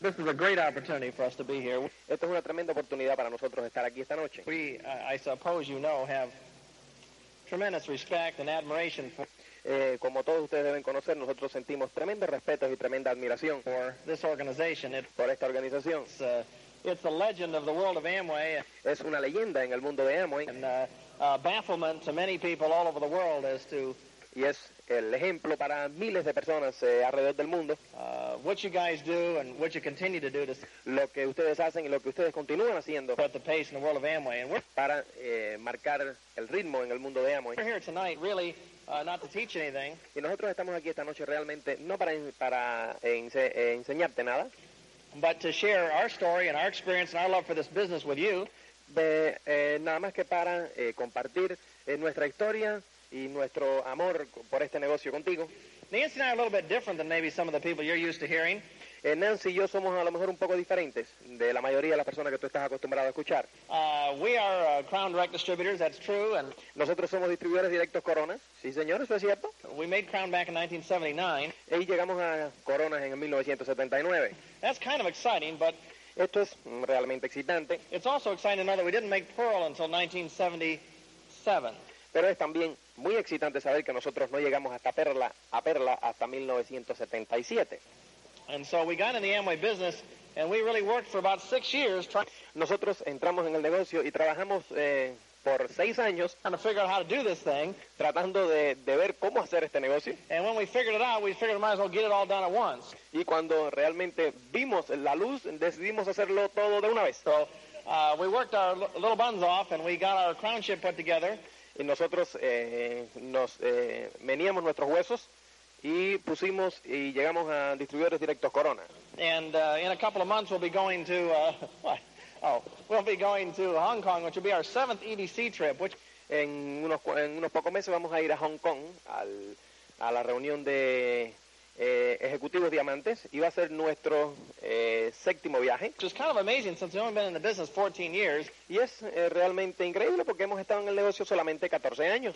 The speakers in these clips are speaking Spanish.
This is a great opportunity for us to be here. Esta es una tremenda oportunidad para nosotros estar aquí esta noche. We, I I suppose you know, have tremendous respect and admiration for, Eh, como todos ustedes deben conocer, nosotros sentimos tremendo respeto y tremenda admiración for this organization. It's, por esta organización. uh, it's the legend of the world of Amway Es una leyenda en el mundo de Amway and uh, uh, bafflement to many people all over the world as to y es el ejemplo para miles de personas eh, alrededor del mundo. uh, what you guys do and what you continue to do to Lo que ustedes hacen y lo que ustedes continúan haciendo set the pace in the world of Amway. And we're para eh, marcar el ritmo en el mundo de Amway. here tonight really uh, not to teach anything, Y nosotros estamos aquí esta noche realmente no para, en- para ense- eh, enseñarte nada, but to share our story and our experience and our love for this business with you. de, eh, nada más que para eh, compartir eh, nuestra historia y nuestro amor por este negocio contigo. Nancy and I are a little bit different than maybe some of the people you're used to hearing. Eh, Nancy y yo somos a lo mejor un poco diferentes de la mayoría de las personas que tú estás acostumbrado a escuchar. Uh, we are uh, Crown Direct distributors, that's true, and Nosotros somos distribuidores directos Corona, sí señor, eso es cierto. we made Crown back in 1979. Y llegamos a Coronas en 1979. That's kind of exciting, but Esto es mm, realmente excitante, it's also exciting to know that we didn't make Pearl until 1977. pero es también muy excitante saber que nosotros no llegamos hasta Perla, a Perla hasta 1977. And so we got in the Amway business, and we really worked for about six years trying Nosotros entramos en el negocio y trabajamos eh, por seis años to figure out how to do this thing. tratando de, de ver cómo hacer este negocio. And when we figured it out, we figured we might as well get it all done at once. Y cuando realmente vimos la luz, decidimos hacerlo todo de una vez. So uh, we worked our l- little buns off, and we got our crown ship put together. Y nosotros eh, nos eh, meníamos nuestros huesos y pusimos y llegamos a distribuidores directos Corona. And uh, in a couple of months, we'll be going to uh, what? Oh, we'll be going to Hong Kong, which will be our seventh EDC trip. Which En unos, cu- en unos pocos meses vamos a ir a Hong Kong al- a la reunión de eh, ejecutivos diamantes y va a ser nuestro eh, séptimo viaje. which is kind of amazing since we've only been in the business 14 years, Y es eh, realmente increíble porque hemos estado en el negocio solamente 14 años.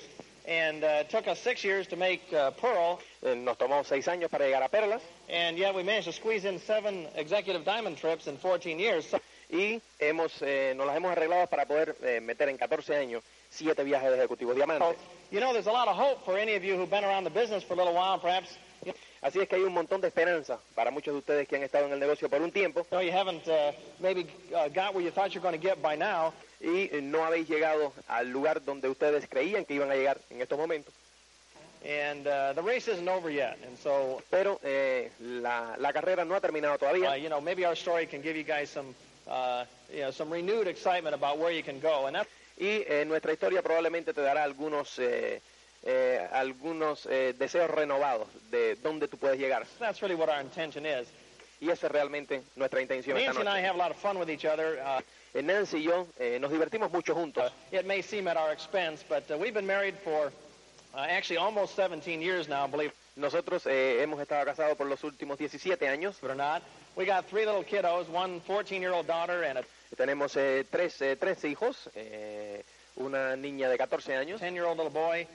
and uh, it took us six years to make uh, Pearl, Eh, nos tomó 6 años para llegar a Perlas and yet we managed to squeeze in seven executive diamond trips in 14 years. So y hemos, eh, nos las hemos arreglado para poder eh, meter en 14 años 7 viajes de ejecutivos diamantes. you know, there's a lot of hope for any of you who've been around the business for a little while. Perhaps you Así es que hay un montón de esperanza para muchos de ustedes que han estado en el negocio por un tiempo know you haven't uh, maybe uh, got where you thought you were going to get by now. y eh, no habéis llegado al lugar donde ustedes creían que iban a llegar en estos momentos. And uh, the race isn't over yet, and so Pero eh, la, la carrera no ha terminado Uh, todavía you know, maybe our story can give you guys some, uh, you know, some renewed excitement about where you can go. And that's y eh, nuestra historia probablemente te dará algunos, eh, eh, algunos eh, deseos renovados de dónde tú puedes llegar. that's really what our intention is. Y esa es realmente nuestra intención esta Nancy and I noche. have a lot of fun with each other. Uh, Eh, Nancy y yo eh, nos divertimos mucho juntos. uh, it may seem at our expense, but uh, we've been married for uh, actually almost 17 years now, believe Nosotros eh, hemos estado casados por los últimos 17 años. it or not. We got three little kiddos, one 14-year-old daughter and a Tenemos eh, tres, eh, tres hijos, eh, una niña de 14 años, 10-year-old little boy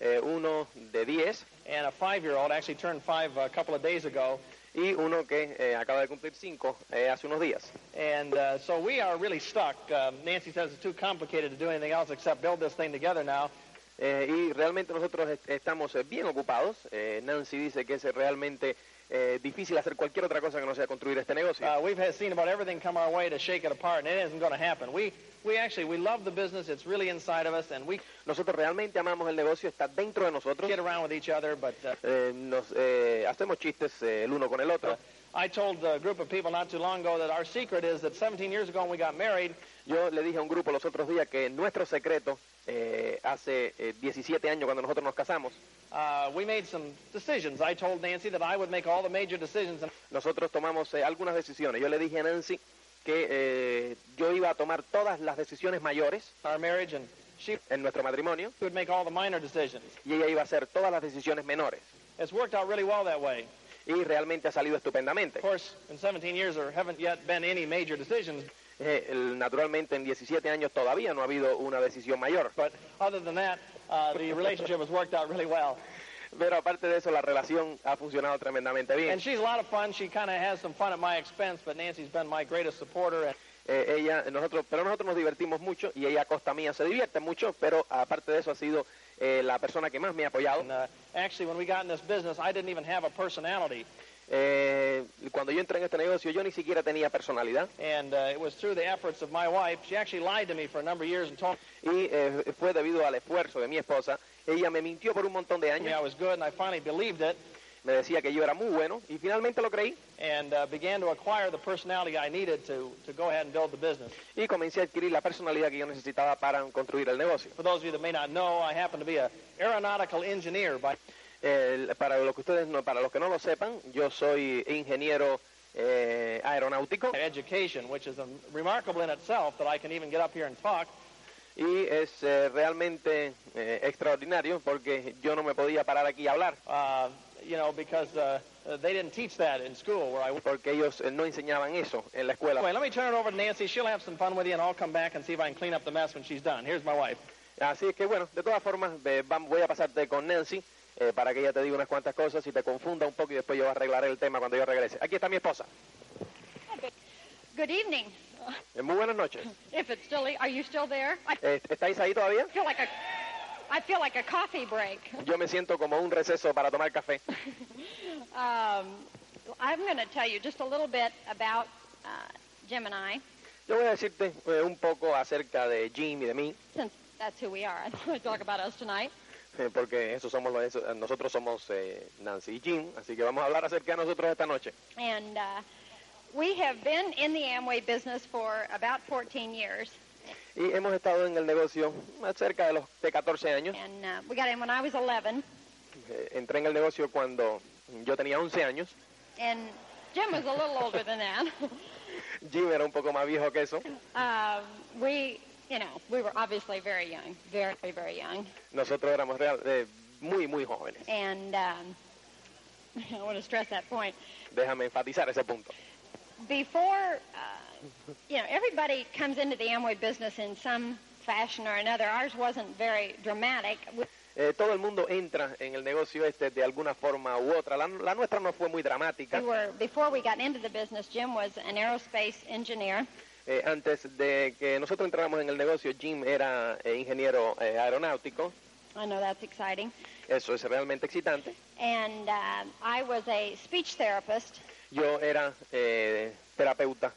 eh, uno de 10 and a five-year-old. Actually turned five a couple of days ago. y uno que eh, acaba de cumplir 5 hace unos días. And uh, so we are really stuck. Uh, Nancy says it's too complicated to do anything else except build this thing together now. Eh, y realmente nosotros est- estamos eh, bien ocupados. Eh, Nancy dice que es eh, realmente eh, difícil hacer cualquier otra cosa que no sea construir este negocio. Uh, we've had seen about everything come our way to shake it apart, and it isn't going to happen. We we actually we love the business; it's really inside of us, and we Nosotros realmente amamos el negocio, está dentro de nosotros. kid around with each other. But uh, Eh, nos, eh, hacemos chistes eh, el uno con el Ah. otro. I told a group of people not too long ago that our secret is that 17 years ago when we got married, Yo le dije a un grupo los otros días que nuestro secreto, eh, hace eh, 17 años cuando nosotros nos casamos, uh, we made some decisions. I told Nancy that I would make all the major decisions, and nosotros tomamos eh, algunas decisiones. Yo le dije a Nancy que eh, yo iba a tomar todas las decisiones mayores our marriage, and she en nuestro matrimonio would make all the minor decisions. y ella iba a hacer todas las decisiones menores. It's worked out really well that way. Y realmente ha salido estupendamente. Of course, in 17 years there haven't yet been any major decisions, Eh, el- naturalmente en 17 años todavía no ha habido una decisión mayor, but other than that, uh, the relationship has worked out really well. Pero aparte de eso, la relación ha funcionado tremendamente bien. And she's a lot of fun. She kind of has some fun at my expense, but Nancy's been my greatest supporter. And Eh, ella, nosotros, pero nosotros nos divertimos mucho y ella a costa mía se divierte mucho, pero aparte de eso ha sido eh, la persona que más me ha apoyado. And uh, actually, when we got in this business, I didn't even have a personality. Eh, cuando yo entré en este negocio yo ni siquiera tenía personalidad And uh, it was through the efforts of my wife. She actually lied to me for a number of years and told y eh, fue debido al esfuerzo de mi esposa. Ella me mintió por un montón de me I años, was good, and I finally believed it me decía que yo era muy bueno y finalmente lo creí and uh, began to acquire the personality I needed to, to go ahead and build the business. y comencé a adquirir la personalidad que yo necesitaba para construir el negocio. For those of you that may not know, I happen to be an aeronautical engineer by El- para, los que ustedes no, para los que no lo sepan, yo soy ingeniero eh, aeronáutico. education, which is um, remarkable in itself that I can even get up here and talk. y es eh, realmente eh, extraordinario porque yo no me podía parar aquí a hablar Uh, you know, because uh, they didn't teach that in school where I went. porque ellos eh, no enseñaban eso en la escuela. Anyway, let me turn it over to Nancy. She'll have some fun with you, and I'll come back and see if I can clean up the mess when she's done. Here's my wife. Así es que bueno, de todas formas eh, vam- voy a pasarte con Nancy eh, para que ella te diga unas cuantas cosas y te confunda un poco y después yo arreglaré el tema cuando yo regrese. Aquí está mi esposa. Good evening. Eh, muy buenas noches. If it's still, are you still there? I Eh, ¿Estáis ahí todavía? feel like a, I feel like a coffee break. Yo me siento como un receso para tomar café. Um, I'm going to tell you just a little bit about uh, Jim and I, Yo voy a decirte eh, un poco acerca de Jim y de mí, since that's who we are. I want to talk about us tonight. eh, porque eso somos los- eso- nosotros somos eh, Nancy y Jim, así que vamos a hablar acerca de nosotros esta noche. And uh, we have been in the Amway business for about 14 years. Y hemos estado en el negocio cerca de los de 14 años. And uh, we got in when I was 11, Eh, entré en el negocio cuando yo tenía 11 años. and Jim was a little older than that. Jim era un poco más viejo que eso. um, we, you know, we were obviously very young, very, very young. Nosotros éramos real, eh, muy, muy jóvenes. And um, I want to stress that point. Déjame enfatizar ese punto. Before, uh, you know, everybody comes into the Amway business in some fashion or another. Ours wasn't very dramatic. We- Eh, todo el mundo entra en el negocio este de alguna forma u otra. La, la nuestra no fue muy dramática. We were before we got into the business. Jim was an aerospace engineer, Eh, antes de que nosotros entráramos en el negocio, Jim era eh, ingeniero eh, aeronáutico. I know that's exciting, Eso es realmente excitante. and uh, I was a speech therapist, Yo era eh, terapeuta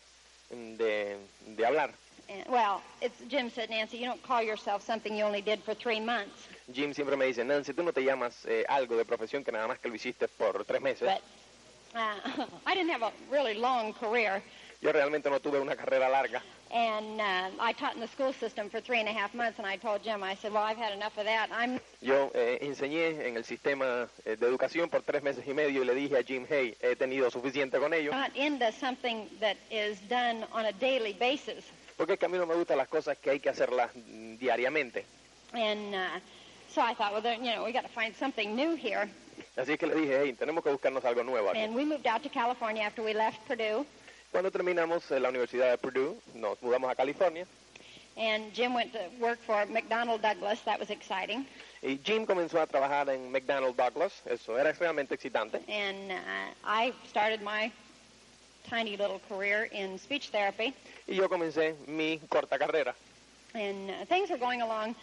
mm, de- de hablar. and, well, it's Jim said, Nancy, you don't call yourself something you only did for three months, Jim siempre me dice, Nancy, tú no te llamas eh, algo de profesión que nada más que lo hiciste por tres meses. but uh, I didn't have a really long career. Yo realmente no tuve una carrera larga. And uh, I taught in the school system for three and a half months, and I told Jim, I said, well, I've had enough of that. I'm Yo eh, enseñé en el sistema eh, de educación por tres meses y medio y le dije a Jim, hey, he tenido suficiente con ello, not into something that is done on a daily basis. porque es que a mí no me gustan las cosas que hay que hacerlas mm, diariamente. And uh, so I thought, well, there, you know, we got to find something new here. Así es que le dije, hey, tenemos que buscarnos algo nuevo. aquí". And we moved out to California after we left Purdue. Cuando terminamos en la Universidad de Purdue, nos mudamos a California And Jim went to work for McDonnell Douglas. That was exciting. y Jim comenzó a trabajar en McDonnell Douglas. Eso era realmente excitante. And uh, I started my tiny little career in speech therapy. Y yo comencé mi corta carrera. And uh, things are going along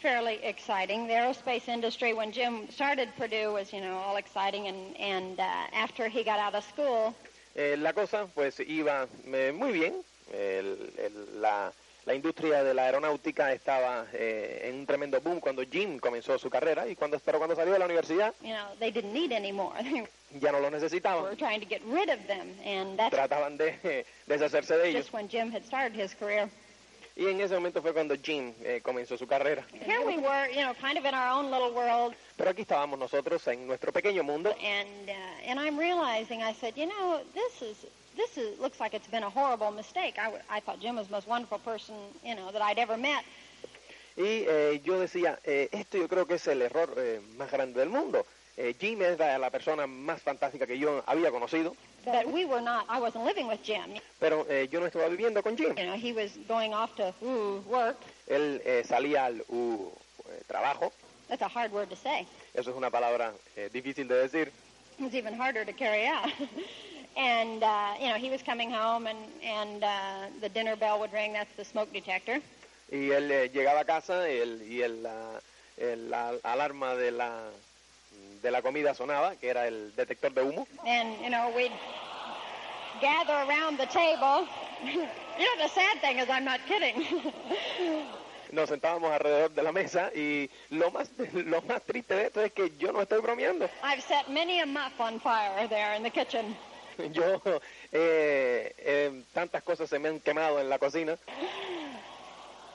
fairly exciting. The aerospace industry, when Jim started Purdue, was you know all exciting, and and uh, after he got out of school, Eh, la cosa pues iba eh, muy bien. El- el- la, la industria de la aeronáutica estaba eh, en un tremendo boom cuando Jim comenzó su carrera y cuando pero cuando salió de la universidad you know they didn't need any more. They ya no lo were necesitaban. trying to get rid of them, and that's Trataban de eh, deshacerse de ellos. just when Jim had started his career. Y en ese momento fue cuando Jim eh, comenzó su carrera. Here we were, you know, kind of in our own little world, Pero aquí estábamos nosotros en nuestro pequeño mundo and uh, and I'm realizing, I said, you know, this is. This is, looks like it's been a horrible mistake. I, w- I thought Jim was the most wonderful person, you know, that I'd ever met. y eh, yo decía, eh, esto yo creo que es el error eh, más grande del mundo. Eh, Jim es la- la persona más fantástica que yo había conocido, But we were not, I wasn't living with Jim. pero eh, yo no estaba viviendo con Jim. you know, he was going off to ooh, work. Él eh, salía al uh, eh, trabajo, That's a hard word to say. Eso es una palabra eh, difícil de decir. It was even harder to carry out. and uh, you know, he was coming home, and and uh, the dinner bell would ring. That's the smoke detector. Y él eh, llegaba a casa y, el, y el, la, el- la alarma de la, de la comida sonaba, que era el detector de humo. And you know, we'd gather around the table. you know, the sad thing is, I'm not kidding. Nos sentábamos alrededor de la mesa y lo más, lo más triste de esto es que yo no estoy bromeando. I've set many a muff on fire there in the kitchen. Yo, eh, eh, tantas cosas se me han quemado en la cocina.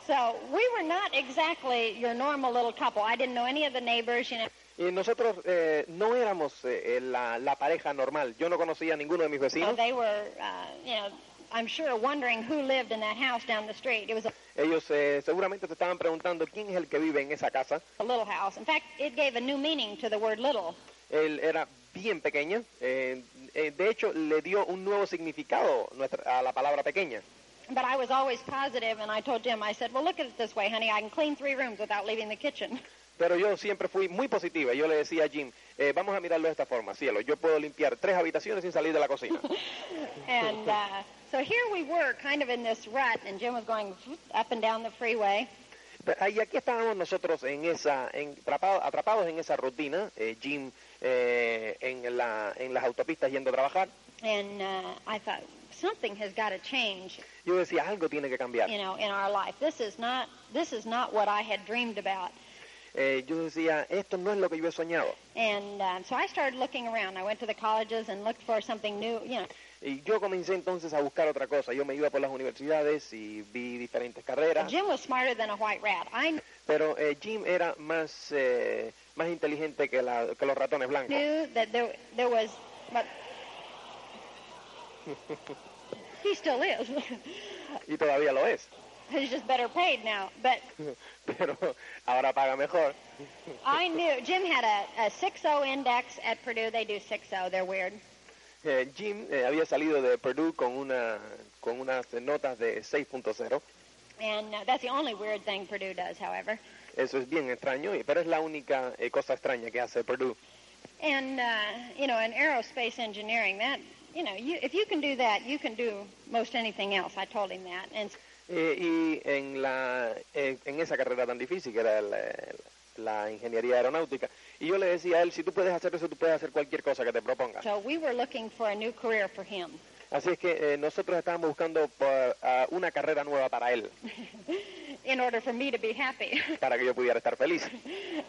So we were not exactly your normal little couple. I didn't know any of the neighbors, you know. Y nosotros eh, no éramos eh, eh, la, la pareja normal. Yo no conocía a ninguno de mis So vecinos. they were, uh, you know, I'm sure wondering who lived in that house down the street. It was a, Ellos eh, seguramente te estaban preguntando quién es el que vive en esa casa. a little house. In fact, it gave a new meaning to the word little. Él era bien pequeño. eh, eh, de hecho, le dio un nuevo significado nuestra- a la palabra pequeña. But I was always positive, and I told Jim, I said, well, look at it this way, honey. I can clean three rooms without leaving the kitchen. Pero yo siempre fui muy positiva. Yo le decía a Jim, eh, vamos a mirarlo de esta forma, cielo. Yo puedo limpiar tres habitaciones sin salir de la cocina. And uh, so here we were, kind of in this rut, and Jim was going up and down the freeway. Pero- Y aquí estábamos nosotros en esa, en- atrapado- atrapados en esa rutina, eh, Jim eh, en, la- en las autopistas yendo a trabajar. And uh, I thought, something has got to change, Yo decía, algo tiene que cambiar. you know, in our life. This is not, this is not what I had dreamed about. Eh, yo decía, esto no es lo que yo he soñado. And um, so I started looking around. I went to the colleges and looked for something new, you know. Y yo comencé entonces a buscar otra cosa. Yo me iba por las universidades y vi diferentes carreras, Jim was smarter than a white rat. I pero eh, Jim era más, eh, más inteligente que, la- que los ratones blancos. knew that there, there was, but he still is. Y todavía lo es, He's just better paid now. But pero ahora paga mejor. I knew Jim had a, a 6.0 index at Purdue. They do 6.0. They're weird. Eh, Jim eh, había salido de Purdue con, una, con unas notas de 6.0. And uh, that's the only weird thing Purdue does, however. Eso es bien extraño, y- pero es la única eh, cosa extraña que hace Purdue. And, uh, you know, in aerospace engineering, that, you know, you, if you can do that, you can do most anything else. I told him that. And Eh, y en, la, eh, en esa carrera tan difícil que era el, eh, la, ingeniería aeronáutica. Y yo le decía a él, si tú puedes hacer eso, tú puedes hacer cualquier cosa que te propongas. so we were looking for a new career for him. Así es que eh, nosotros estábamos buscando por, ah, una carrera nueva para él, in order for me to be happy. para que yo pudiera estar feliz.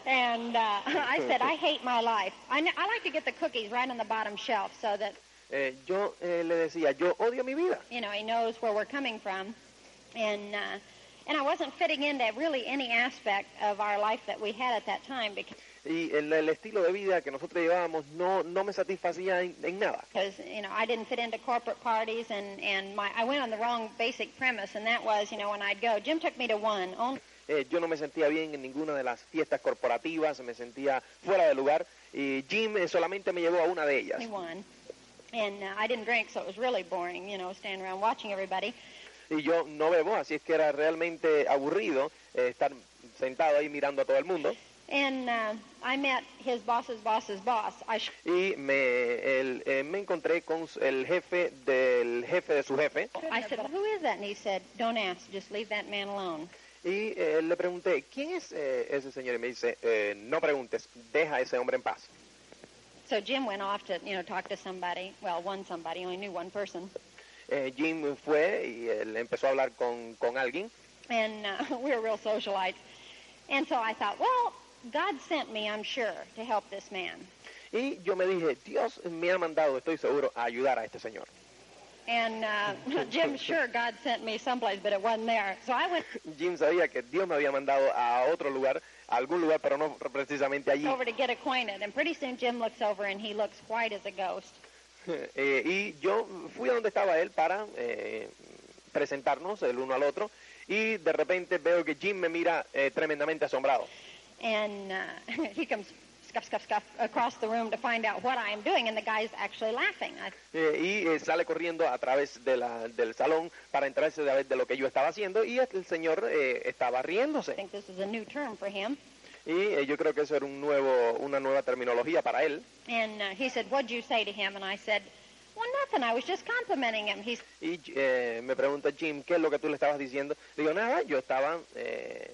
and uh, I said, I hate my life. I, kn- I like to get the cookies right on the bottom shelf so that, Eh, yo eh, le decía, yo odio mi vida. you know, he knows where we're coming from. And, uh, and I wasn't fitting into really any aspect of our life that we had at that time because, Y el, el estilo de vida que nosotros llevábamos no, no me satisfacía en, en nada. you know, I didn't fit into corporate parties and, and my, I went on the wrong basic premise, and that was, you know, when I'd go, Jim took me to one. Only Eh, yo no me sentía bien en ninguna de las fiestas corporativas, me sentía fuera de lugar. Y Jim eh, solamente me llevó a una de ellas. one. And uh, I didn't drink, so it was really boring, you know, standing around watching everybody. y yo no bebo, así es que era realmente aburrido eh, estar sentado ahí mirando a todo el mundo. And uh, I met his boss's boss's boss. I sh- Y me, el- eh, me encontré con s- el jefe del jefe de su jefe I said, "Who is that?" And he said, "Don't ask. Just leave that man alone." y eh, le pregunté, ¿quién es eh, ese señor? Y me dice, "Eh, no preguntes, deja a ese hombre en paz. So Jim went off to, you know, talk to somebody. Well, one somebody. He Only knew one person. Eh, Jim fue y él empezó a hablar con, con alguien And uh, we were real socialites. And so I thought, well, God sent me, I'm sure, to help this man. y yo me dije, Dios me ha mandado, estoy seguro, a ayudar a este señor. And uh, Jim, sure, God sent me someplace, but it wasn't there. So I went Jim sabía que Dios me había mandado a otro lugar, a algún lugar, pero no precisamente allí. over to get acquainted. And pretty soon Jim looks over and he looks white as a ghost. Eh, y yo fui a donde estaba él para eh, presentarnos el uno al otro y de repente veo que Jim me mira eh, tremendamente asombrado. And uh, he comes scuff, scuff, scuff across the room to find out what I am doing, and the guy's actually laughing. I, Eh, y eh, sale corriendo a través de la- del salón para enterarse de, de lo que yo estaba haciendo y el señor eh, estaba riéndose. think this is a new term for him. Y eh, yo creo que eso era un nuevo, una nueva terminología para él. And uh, he said, What'd you say to him? And I said, Well, nothing. I was just complimenting him. He Y eh, me pregunta Jim, ¿qué es lo que tú le estabas diciendo? Le digo, nada, yo estaba eh,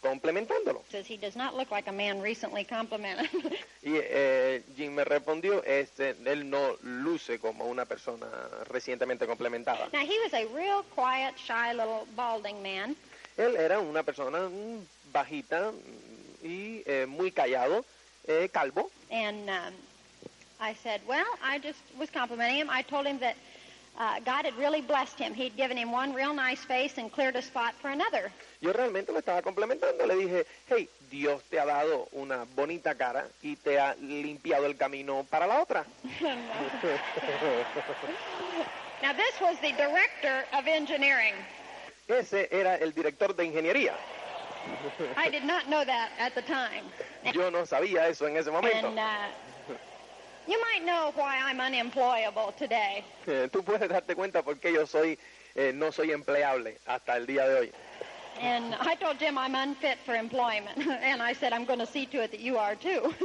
complementándolo. says, He does not look like a man recently complimented. Y eh, Jim me respondió, este, él no luce como una persona recientemente complementada. now, he was a real quiet, shy little balding man. Él era una persona mm, bajita mm, y eh, muy callado, eh, calvo. And um, I said, Well, I just was complimenting him. I told him that uh, God had really blessed him. He'd given him one real nice face and cleared a spot for another. Yo realmente lo estaba complementando. Le dije, hey, Dios te ha dado una bonita cara y te ha limpiado el camino para la otra. Now, this was the director of engineering. Ese era el director de ingeniería. I did not know that at the time. Yo no sabía eso en ese momento. And uh, you might know why I'm unemployable today. Eh, tú puedes darte cuenta por qué yo soy, eh, no soy empleable hasta el día de hoy. And I told Jim I'm unfit for employment. And I said, I'm going to see to it that you are too.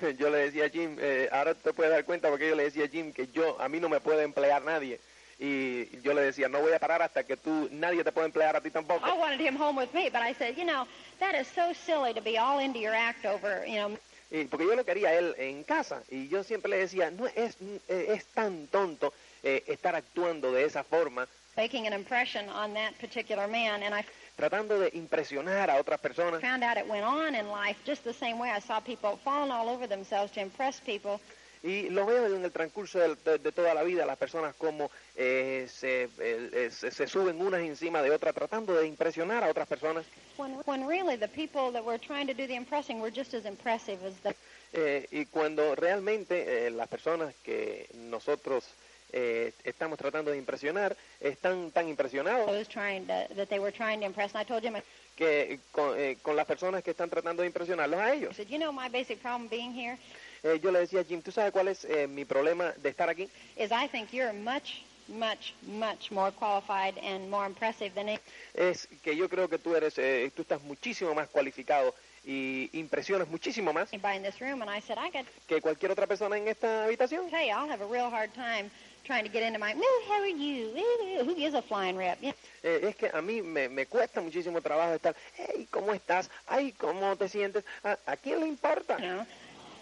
Yo le decía a Jim, eh, ahora te puedes dar cuenta porque yo le decía a Jim que yo, a mí no me puede emplear nadie. Y yo le decía, no voy a parar hasta que tú, nadie te puede emplear a ti tampoco. I wanted him home with me, but I said, you know, that is so silly to be all into your act over, you know, Y porque yo lo quería a él en casa y yo siempre le decía, no es, eh, es tan tonto eh, estar actuando de esa forma, making an impression on that particular man. And I tratando de impresionar a otras personas. found out it went on in life just the same way I saw people falling all over themselves to impress people. Y lo veo en el transcurso del- de, de toda la vida, las personas como eh, se, eh, eh, se- se suben unas encima de otras, tratando de impresionar a otras personas, When, when really the people that were trying to do the impressing were just as impressive as the Eh, y cuando realmente eh, las personas que nosotros eh, estamos tratando de impresionar están tan impresionados those trying to, that they were trying to impress. And I told Jim, I que con, eh, con las personas que están tratando de impresionarlos a ellos. said, you know, my basic problem being here Eh, yo le decía a Jim, ¿tú sabes cuál es eh, mi problema de estar aquí? is I think you're much, much, much more qualified and more impressive than any Es que yo creo que tú eres, eh, tú estás muchísimo más cualificado y impresionas muchísimo más anybody in this room. And I said, I got que cualquier otra persona en esta habitación. to tell you, I'll have a real hard time trying to get into my, "Ooh, how are you? Ooh, ooh, who is a flying rep? You know, Eh, es que a mí me, me cuesta muchísimo trabajo estar, hey, ¿cómo estás? Ay, ¿cómo te sientes? ¿A, a quién le importa? you know.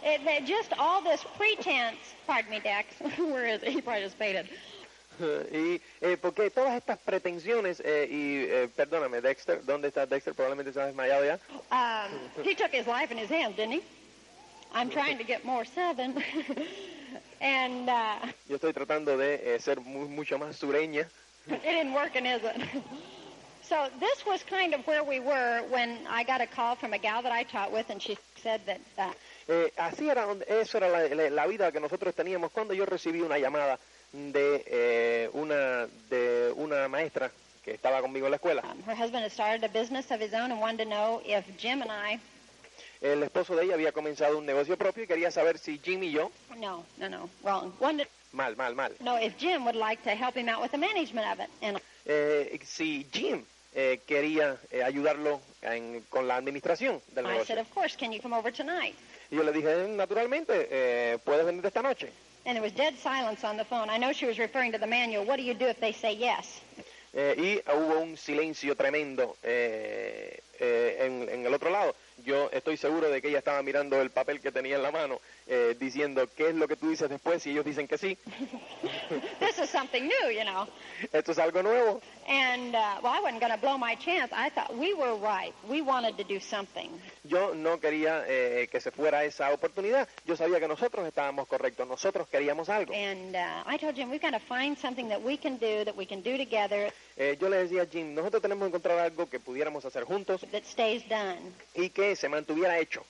It, that just all this pretense, pardon me, Dax, where is he? He probably just faded. Y eh, porque todas estas pretensiones, eh, y eh, perdóname, Dexter, ¿dónde está Dexter? Probablemente se ha desmayado ya. Um, he took his life in his hands, didn't he? I'm trying to get more southern. and uh, Yo estoy tratando de eh, ser mu- mucho más sureña. it isn't working, is it? so this was kind of where we were when I got a call from a gal that I taught with, and she said that uh, Eh, así era, donde- eso era la, la- la vida que nosotros teníamos cuando yo recibí una llamada de, eh, una, de una maestra que estaba conmigo en la escuela. um, her husband had started a business of his own and wanted to know if Jim and I El esposo de ella había comenzado un negocio propio y quería saber si Jim y yo, No, no, no, wrong. Wanted mal, mal, mal, to know if Jim would like to help him out with the management of it. And eh, si Jim eh, quería eh, ayudarlo en- con la administración del I negocio. said, of course, can you come over tonight? Y yo le dije, naturalmente, eh, puedes venir esta noche. And there was dead silence on the phone. I know she was referring to the manual. What do you do if they say yes? Eh, y hubo un silencio tremendo eh, eh, en, en el otro lado. Yo estoy seguro de que ella estaba mirando el papel que tenía en la mano, eh, diciendo, ¿qué es lo que tú dices después si ellos dicen que sí? This is something new, you know. Esto es algo nuevo. And, uh, well, I wasn't going to blow my chance. I thought we were right. We wanted to do something. Yo no quería eh, que se fuera esa oportunidad. Yo sabía que nosotros estábamos correctos, nosotros queríamos algo. And uh, I told Jim, we've got to find something that we can do, that we can do together, Eh, yo le decía a Jim, nosotros tenemos que encontrar algo que pudiéramos hacer juntos that stays done. y que se mantuviera hecho.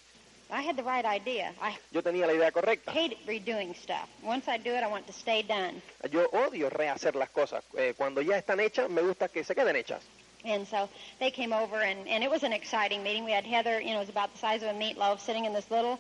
I had the right idea. I Yo tenía la idea correcta. hate redoing stuff. Once I do it, I want it to stay done. Yo odio rehacer las cosas. Eh, cuando ya están hechas, me gusta que se queden hechas. And so they came over, and, and it was an exciting meeting. We had Heather, you know, it was about the size of a meatloaf, sitting in this little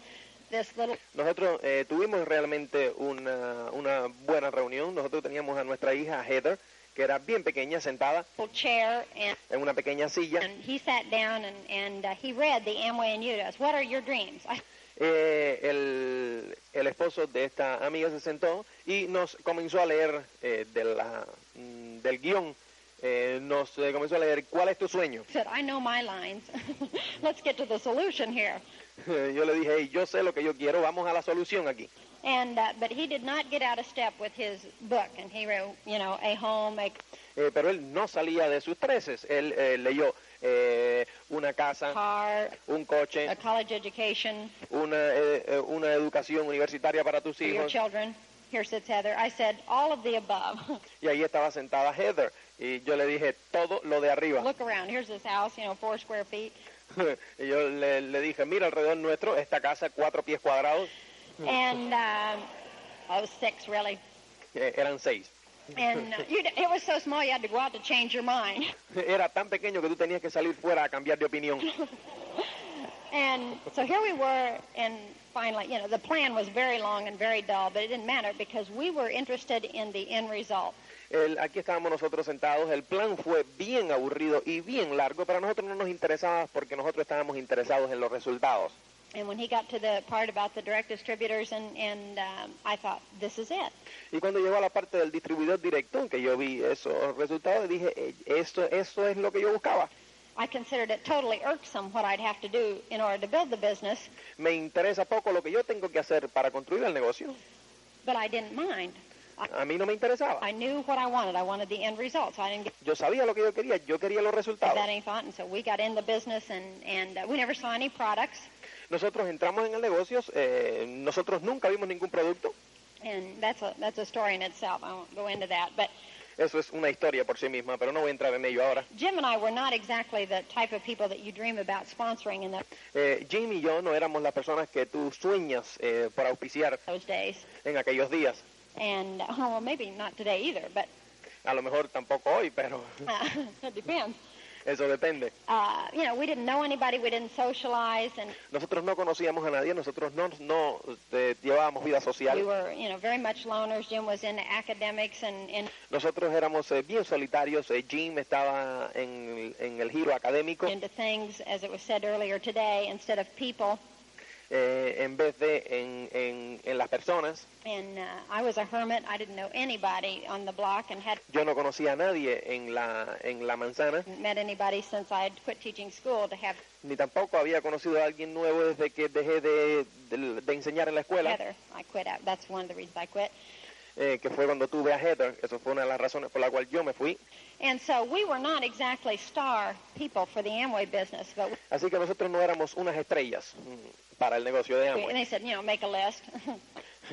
this little Nosotros eh, tuvimos realmente una, una buena reunión. Nosotros teníamos a nuestra hija Heather, que era bien pequeña, sentada chair, and, en una pequeña silla. and he sat down and, and uh, he read the Amway and you to us. What are your dreams? I, Eh, el, el esposo de esta amiga se sentó y nos comenzó a leer eh, de la, mm, del guión. eh, nos eh, comenzó a leer, ¿cuál es tu sueño? said, I know my lines. Let's get to the solution here. Yo le dije, "Hey, yo sé lo que yo quiero, vamos a la solución aquí. And uh, but he did not get out of step with his book, and he wrote, you know, a home, a Eh, pero él no salía de sus treces. Él eh, leyó eh, una casa, car, un coche, a college education una, eh, eh, una educación universitaria para tus for your hijos. children. Here sits Heather. I said, all of the above. Y ahí estaba sentada Heather. Y yo le dije, todo lo de arriba. Look around. Here's this house, you know, four square feet. y yo le, le dije, mira alrededor nuestro, esta casa, cuatro pies cuadrados, and um, oh, six really. eh, eran seis. And uh, you, it was so small you had to go out to change your mind. Era tan pequeño que tú tenías que salir fuera a cambiar de opinión. And so here we were, and finally, you know, the plan was very long and very dull, but it didn't matter because we were interested in the end result. El- aquí estábamos nosotros sentados. El plan fue bien aburrido y bien largo, pero a nosotros no nos interesaba porque nosotros estábamos interesados en los resultados. And when he got to the part about the direct distributors, and, and um, I thought, this is it. Y cuando llegó a la parte del distribuidor directo, que yo vi esos resultados, dije, "Eh, eso, eso es lo que yo buscaba. I considered it totally irksome what I'd have to do in order to build the business, Me interesa poco lo que yo tengo que hacer para construir el negocio. but I didn't mind. A mí no me interesaba. I knew what I wanted. I wanted the end result, so I didn't get Yo sabía lo que yo quería, yo quería los resultados. that any thought. And so we got in the business, and, and uh, we never saw any products. Nosotros entramos en el negocio, eh, nosotros nunca vimos ningún producto. And that's a, that's a story in itself. I won't go into that. But Eso es una historia por sí misma, pero no voy a entrar en ello ahora. Jim and I were not exactly the type of people that you dream about sponsoring in Eh, Jim y yo no éramos las personas que tú sueñas eh, para auspiciar those days. en aquellos días. And, uh, well, maybe not today either, but A lo mejor tampoco hoy, pero uh, it depends. eso depende. uh, you know, we didn't know anybody, we didn't socialize, and Nosotros no conocíamos a nadie, nosotros no, no eh, llevábamos vida we social. were, you know, very much loners. Jim was into academics and, and Nosotros éramos eh, bien solitarios. eh, Jim estaba en, en el giro académico into things, as it was said earlier today, instead of people. eh, en vez de en, en- en las personas. And uh, I was a hermit. I didn't know anybody on the block and hadn't Yo no conocía a nadie en la, en la manzana, met anybody since I had quit teaching school to have ni tampoco había conocido a alguien nuevo desde que dejé de, de- de enseñar en la escuela, Heather. I quit. out. That's one of the reasons I quit. eh, que fue cuando tuve a Heather. Eso fue una de las razones por la cual yo me fui. And so we were not exactly star people for the Amway business, but we, Así que nosotros no éramos unas estrellas mm, para el negocio de and Amway. they said, you know, make a list.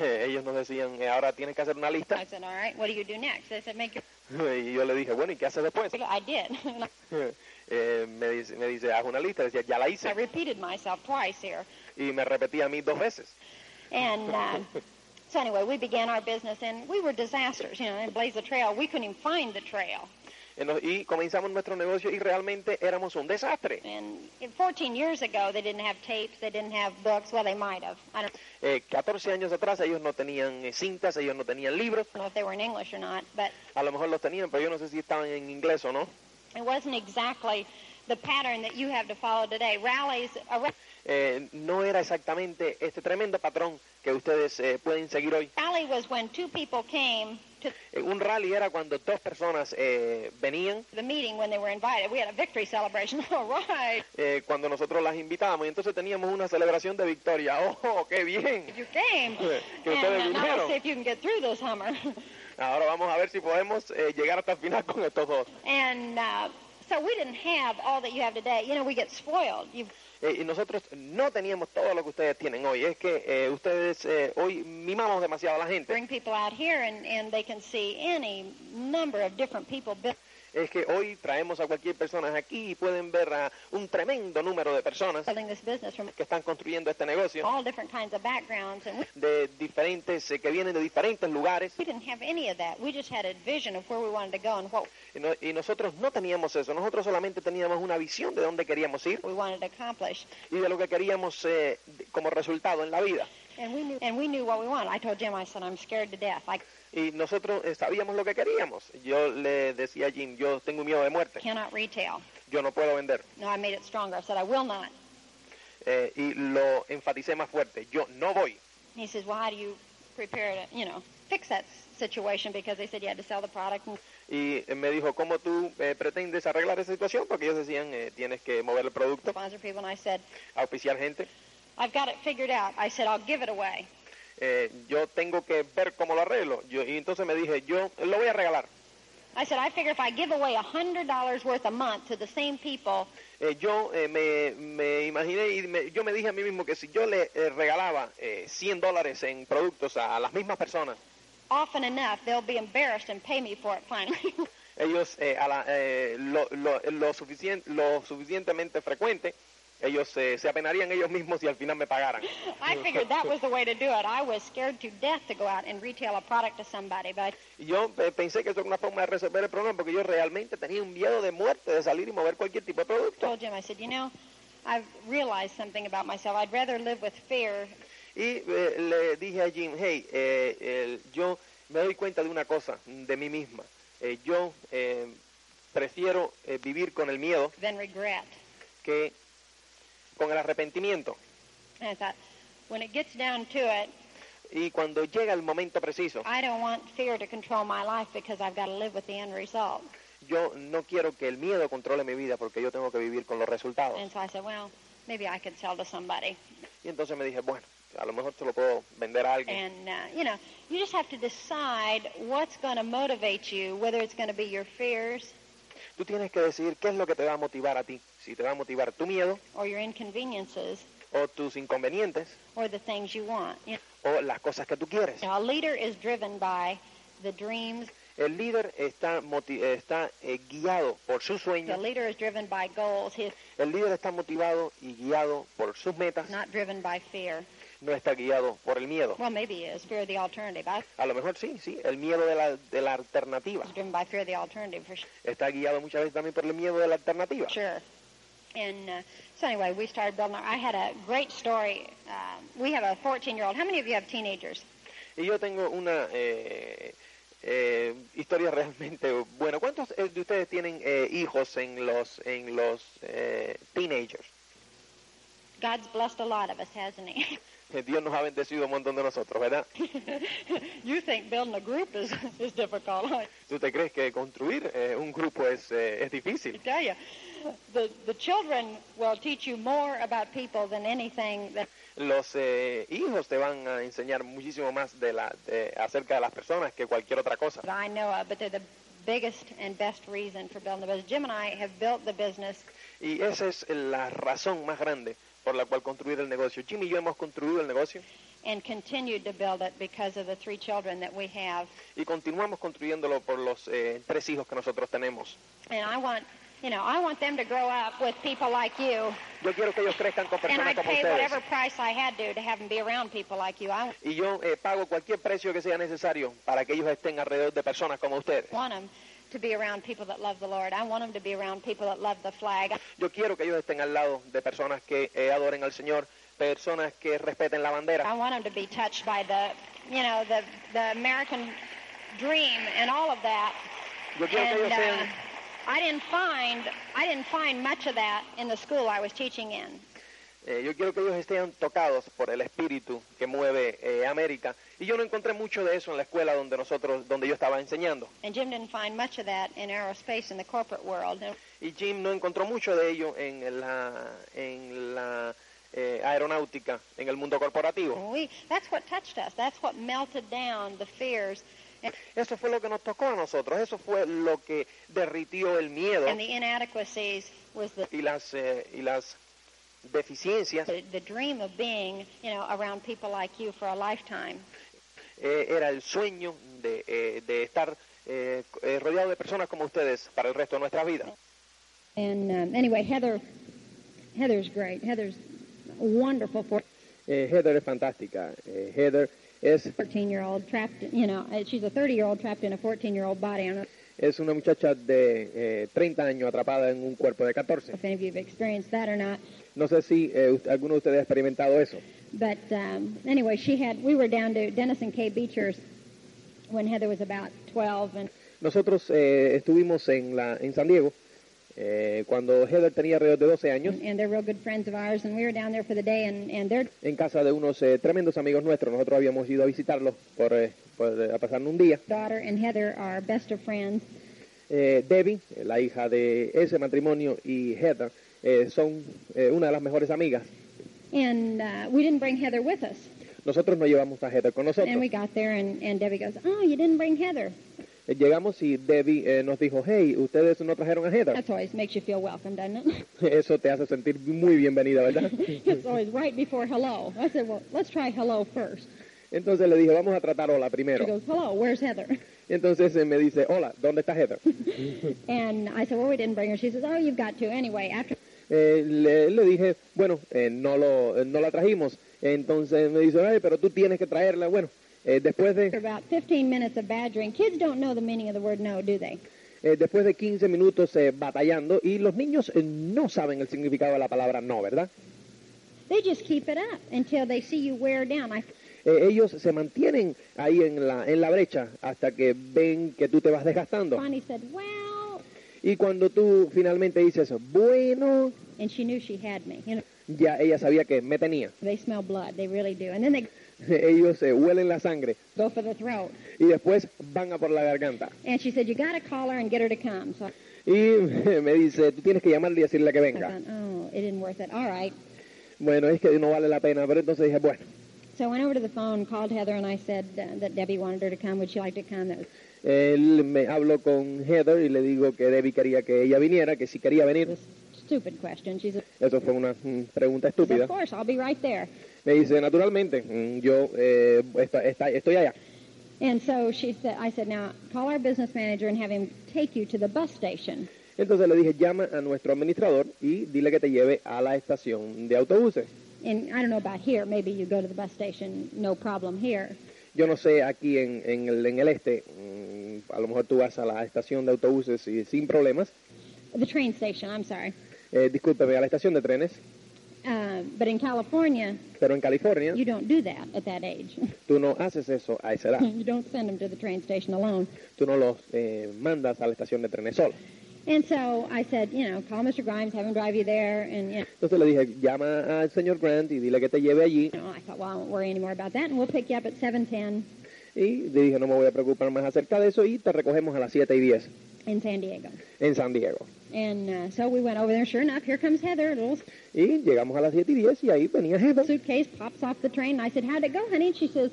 Eh, ellos nos decían, "Eh, ahora tienes que hacer una lista. I said, all right, what do you do next? They said, make your. Y yo le dije, bueno, ¿y qué haces después? I did. And Eh, me, dice, me dice, haz una lista. Decía, ya la I hice. repeated myself twice here. Y me repetía a mí dos veces. And uh, so anyway, we began our business, and we were disasters. You know, and blaze the trail. We couldn't even find the trail. Eh, no- Y comenzamos nuestro negocio y realmente éramos un desastre. And 14 years ago, they didn't have tapes. They didn't have books. Well, they might have. I don't Eh, 14 años atrás ellos no tenían eh, cintas, ellos no tenían libros. know if they were in English or not, but A lo mejor los tenían, pero yo no sé si estaban en inglés o no. it wasn't exactly the pattern that you have to follow today. Rallies. A ra- Eh, no era exactamente este tremendo patrón que ustedes eh, pueden seguir hoy. rally was when two people came to Eh, un rally era cuando dos personas eh, venían the meeting when they were invited. We had a victory celebration. All right, eh, cuando nosotros las invitábamos y entonces teníamos una celebración de victoria. ¡Oh, qué bien! you came. Que ustedes And uh, now let's vinieron. see if you can get through this Hummer. Ahora vamos a ver si podemos eh, llegar hasta el final con estos dos. and uh, so we didn't have all that you have today. You know, we get spoiled. You've Eh, y nosotros no teníamos todo lo que ustedes tienen hoy. Es que eh, ustedes eh, hoy mimamos demasiado a la gente. bring people out here, and, and they can see any number of different people. bu- Es que hoy traemos a cualquier persona aquí y pueden ver a un tremendo número de personas building this business from que están construyendo este negocio, all different kinds of backgrounds, and we, de diferentes, eh, que vienen de diferentes lugares. we didn't have any of that. We just had a vision of where we wanted to go and what Y, no- y nosotros no teníamos eso, nosotros solamente teníamos una visión de dónde queríamos ir we wanted to accomplish. accomplish. y de lo que queríamos eh, de- como resultado en la vida. And we knew, and we knew what we wanted. I told Jim, I said, I'm scared to death. I Y nosotros eh, sabíamos lo que queríamos. Yo le decía a Jim, yo tengo miedo de muerte, cannot retail. yo no puedo vender. No, I made it stronger. I said, I will not. Eh, y lo enfaticé más fuerte, yo no voy. And he says, well, how do you prepare to, you know, fix that s- situation? Because they said you had to sell the product. And Y eh, me dijo, ¿cómo tú eh, pretendes arreglar esa situación? Porque ellos decían, eh, tienes que mover el producto, sponsor people. And I said, auspiciar gente. I've got it figured out. I said, I'll give it away. Eh, yo tengo que ver cómo lo arreglo. Yo, y entonces me dije, yo lo voy a regalar. I said, I figure if I give away $100 worth a month to the same people, Eh, yo eh, me, me imaginé y me- yo me dije a mí mismo que si yo le eh, regalaba eh, 100 dólares en productos a, las mismas personas, often enough, they'll be embarrassed and pay me for it finally. ellos eh, a la- eh, lo, lo- lo suficien- lo suficientemente frecuente, ellos eh, se apenarían ellos mismos y al final me pagaran. I figured that was the way to do it. I was scared to death to go out and retail a product to somebody, but I Y yo eh, pensé que eso era una forma de resolver el problema porque yo realmente tenía un miedo de muerte de salir y mover cualquier tipo de producto. told Jim, I said, you know, I've realized something about myself. I'd rather live with fear. Y eh, le dije a Jim, hey, eh, el- yo me doy cuenta de una cosa, de mí misma. Eh, yo eh, prefiero eh, vivir con el miedo than regret. que con el arrepentimiento. And I thought, when it gets down to it, Y cuando llega el momento preciso, I don't want fear to control my life because I've got to live with the end result. yo no quiero que el miedo controle mi vida porque yo tengo que vivir con los resultados. And so I said, well, maybe I could sell to somebody. Y entonces me dije, bueno, a lo mejor se lo puedo vender a alguien. And, uh, you know, you just have to decide what's going to motivate you, whether it's going to be your fears Tú tienes que decidir qué es lo que te va a motivar a ti. Si te va a motivar tu miedo or your inconveniences o tus inconvenientes or the things you want. You o las cosas que tú quieres. know, a leader is driven by the dreams. El líder está, moti- eh, está eh, guiado por sus The sueños, leader is driven by goals. He's el líder está motivado y guiado por sus metas, not driven by fear. no está guiado por el miedo. Well, maybe he is. Fear of the alternative. I A lo mejor sí, sí, el miedo de la, de la alternativa. was driven by fear of the alternative for sure. Está guiado muchas veces también por el miedo de la alternativa. Sure. And uh, so anyway, we started building. Our, I had a great story. Uh, we have a 14-year-old. How many of you have teenagers? Y yo tengo una eh, eh, historia realmente buena. ¿Cuántos eh, de ustedes tienen eh, hijos en los, en los eh, teenagers? God's blessed a lot of us, hasn't He? Eh, Dios nos ha bendecido un montón de nosotros, ¿verdad? you think building a group is is difficult? I ¿Tú te crees que construir eh, un grupo es, eh, es difícil? tell you, the the children will teach you more about people than anything that los eh, hijos te van a enseñar muchísimo más de la de- acerca de las personas que cualquier otra cosa. I know of. But they're the biggest and best reason for building the business. Jim and I have built the business Y esa es la razón más grande por la cual construir el negocio. Jim y yo hemos construido el negocio and continued to build it because of the three children that we have. y continuamos construyéndolo por los eh, tres hijos que nosotros tenemos. And I want, you know, I want them to grow up with people like you. Yo quiero que ellos crezcan con And personas I'd como pay ustedes. whatever price I had to to have them be around people like you. I Y yo eh, pago cualquier precio que sea necesario para que ellos estén alrededor de personas como ustedes. want them to be around people that love the Lord. I want them to be around people that love the flag. Yo quiero que ellos estén al lado de personas que eh, adoren al Señor, personas que respeten la bandera. I want them to be touched by the, you know, the the American dream and all of that. Yo quiero que ellos And uh, sean I didn't find I didn't find much of that in the school I was teaching in. Eh, yo quiero que ellos estén tocados por el espíritu que mueve eh, América. Y yo no encontré mucho de eso en la escuela donde nosotros, donde yo estaba enseñando. And Jim didn't find much of that in aerospace in the corporate world. And Y Jim no encontró mucho de ello en la, en la eh, aeronáutica, en el mundo corporativo. we that's what touched us. That's what melted down the fears Eso fue lo que nos tocó a nosotros. Eso fue lo que derritió el miedo and the inadequacies was the y las eh, y las deficiencias. the, the dream of being, you know, around people like you for a lifetime. Eh, era el sueño de, eh, de estar eh, eh, rodeado de personas como ustedes para el resto de nuestras vidas. And um, anyway, Heather, Heather's great. Heather's wonderful for Eh, Heather es fantástica. Eh, Heather es, 14 year old trapped. You know, uh, she's a 30 year old trapped in a 14 year old body. I don't es una muchacha de eh, 30 años atrapada en un cuerpo de 14. if any of you have experienced that or not. No sé si eh, usted- alguno de ustedes ha experimentado eso. But um, anyway, she had. We were down to Dennis and Kay Beecher's when Heather was about 12, and Nosotros eh, estuvimos en, la, en San Diego eh, cuando Heather tenía alrededor de 12 años and they're real good friends of ours. And we were down there for the day, and and they're en casa de unos eh, tremendos amigos nuestros. Nosotros habíamos ido a visitarlos por, eh, por, eh, a pasar un día. daughter and Heather are best of friends. Eh, Debbie, eh, la hija de ese matrimonio, y Heather eh, son eh, una de las mejores amigas. And uh, we didn't bring Heather with us. Nosotros no llevamos a Heather con nosotros. And we got there, and, and Debbie goes, Oh, you didn't bring Heather. Eh, Llegamos y Debbie eh, nos dijo, hey, ustedes no trajeron a Heather. That's always makes you feel welcome, doesn't it? Eso te hace sentir muy bienvenida, ¿verdad? it's always right before hello. I said, Well, let's try hello first. Entonces le dije, vamos a tratar hola She primero. goes, Hello, where's Heather? Entonces eh, me dice, hola, ¿dónde está Heather? And I said, Well, we didn't bring her. She says, Oh, you've got to. Anyway, after Eh, le, le dije, bueno, eh, no, lo, eh, no la trajimos. Entonces me dice, ay, pero tú tienes que traerla. Bueno, eh, después, de, about 15 minutes of badgering, kids don't know the meaning of the word no, do they? eh, después de 15 minutos eh, batallando, y los niños eh, no saben el significado de la palabra no, ¿verdad? They just keep it up until they see you wear down. I, Eh, ellos se mantienen ahí en la, en la brecha hasta que ven que tú te vas desgastando. Bonnie said, Well, Y cuando tú finalmente dices, bueno, and she knew she had me. You know, ya ella sabía que me tenía. they smell blood. They really do. And then they Ellos eh, huelen la sangre go for the throat. y después van a por la garganta. And she said, You got to call her and get her to come. So Y me dice, tú tienes que llamarle y decirle que I venga. thought, Oh, it didn't worth it. All right. Bueno, es que no vale la pena, pero entonces dije, bueno, So I went over to the phone, called Heather, and I said uh, that Debbie wanted her to come. Would she like to come? That was él me hablo con Heather y le digo que Debbie quería que ella viniera, que si quería it venir. was a stupid question. She said, Eso fue una mm, pregunta I said, estúpida. Of course, I'll be right there. Me dice, naturalmente, mm, yo eh, esta- esta- estoy allá. And so she said, I said, Now call our business manager and have him take you to the bus station. Entonces le dije, llama a nuestro administrador y dile que te lleve a la estación de autobuses. And I don't know about here. Maybe you go to the bus station, no problem here. Yo no sé, aquí en, en el, en el este, mm, a lo mejor tú vas a la estación de autobuses y sin problemas. The train station, I'm sorry. Eh, discúlpeme, a la estación de trenes, Uh, but in California, pero en California you don't do that at that age. tú no haces eso a esa edad. you don't send them to the train station alone. Tú no los eh, mandas a la estación de trenes solo. And so I said, you know, call Mr. Grimes, have him drive you there. And, you Entonces le dije, llama al señor Grant y dile que te lleve allí. know, I thought, well, I won't worry anymore about that, and we'll pick you up at 7.10 Y le dije, no me voy a preocupar más acerca de eso y te recogemos a las 7 y 10 in San Diego. en San Diego. And uh, so we went over there. Sure enough, here comes Heather. A little Y llegamos a las 7 y 10 y ahí venía Heather suitcase pops off the train. And I said, how'd it go, honey? And she says,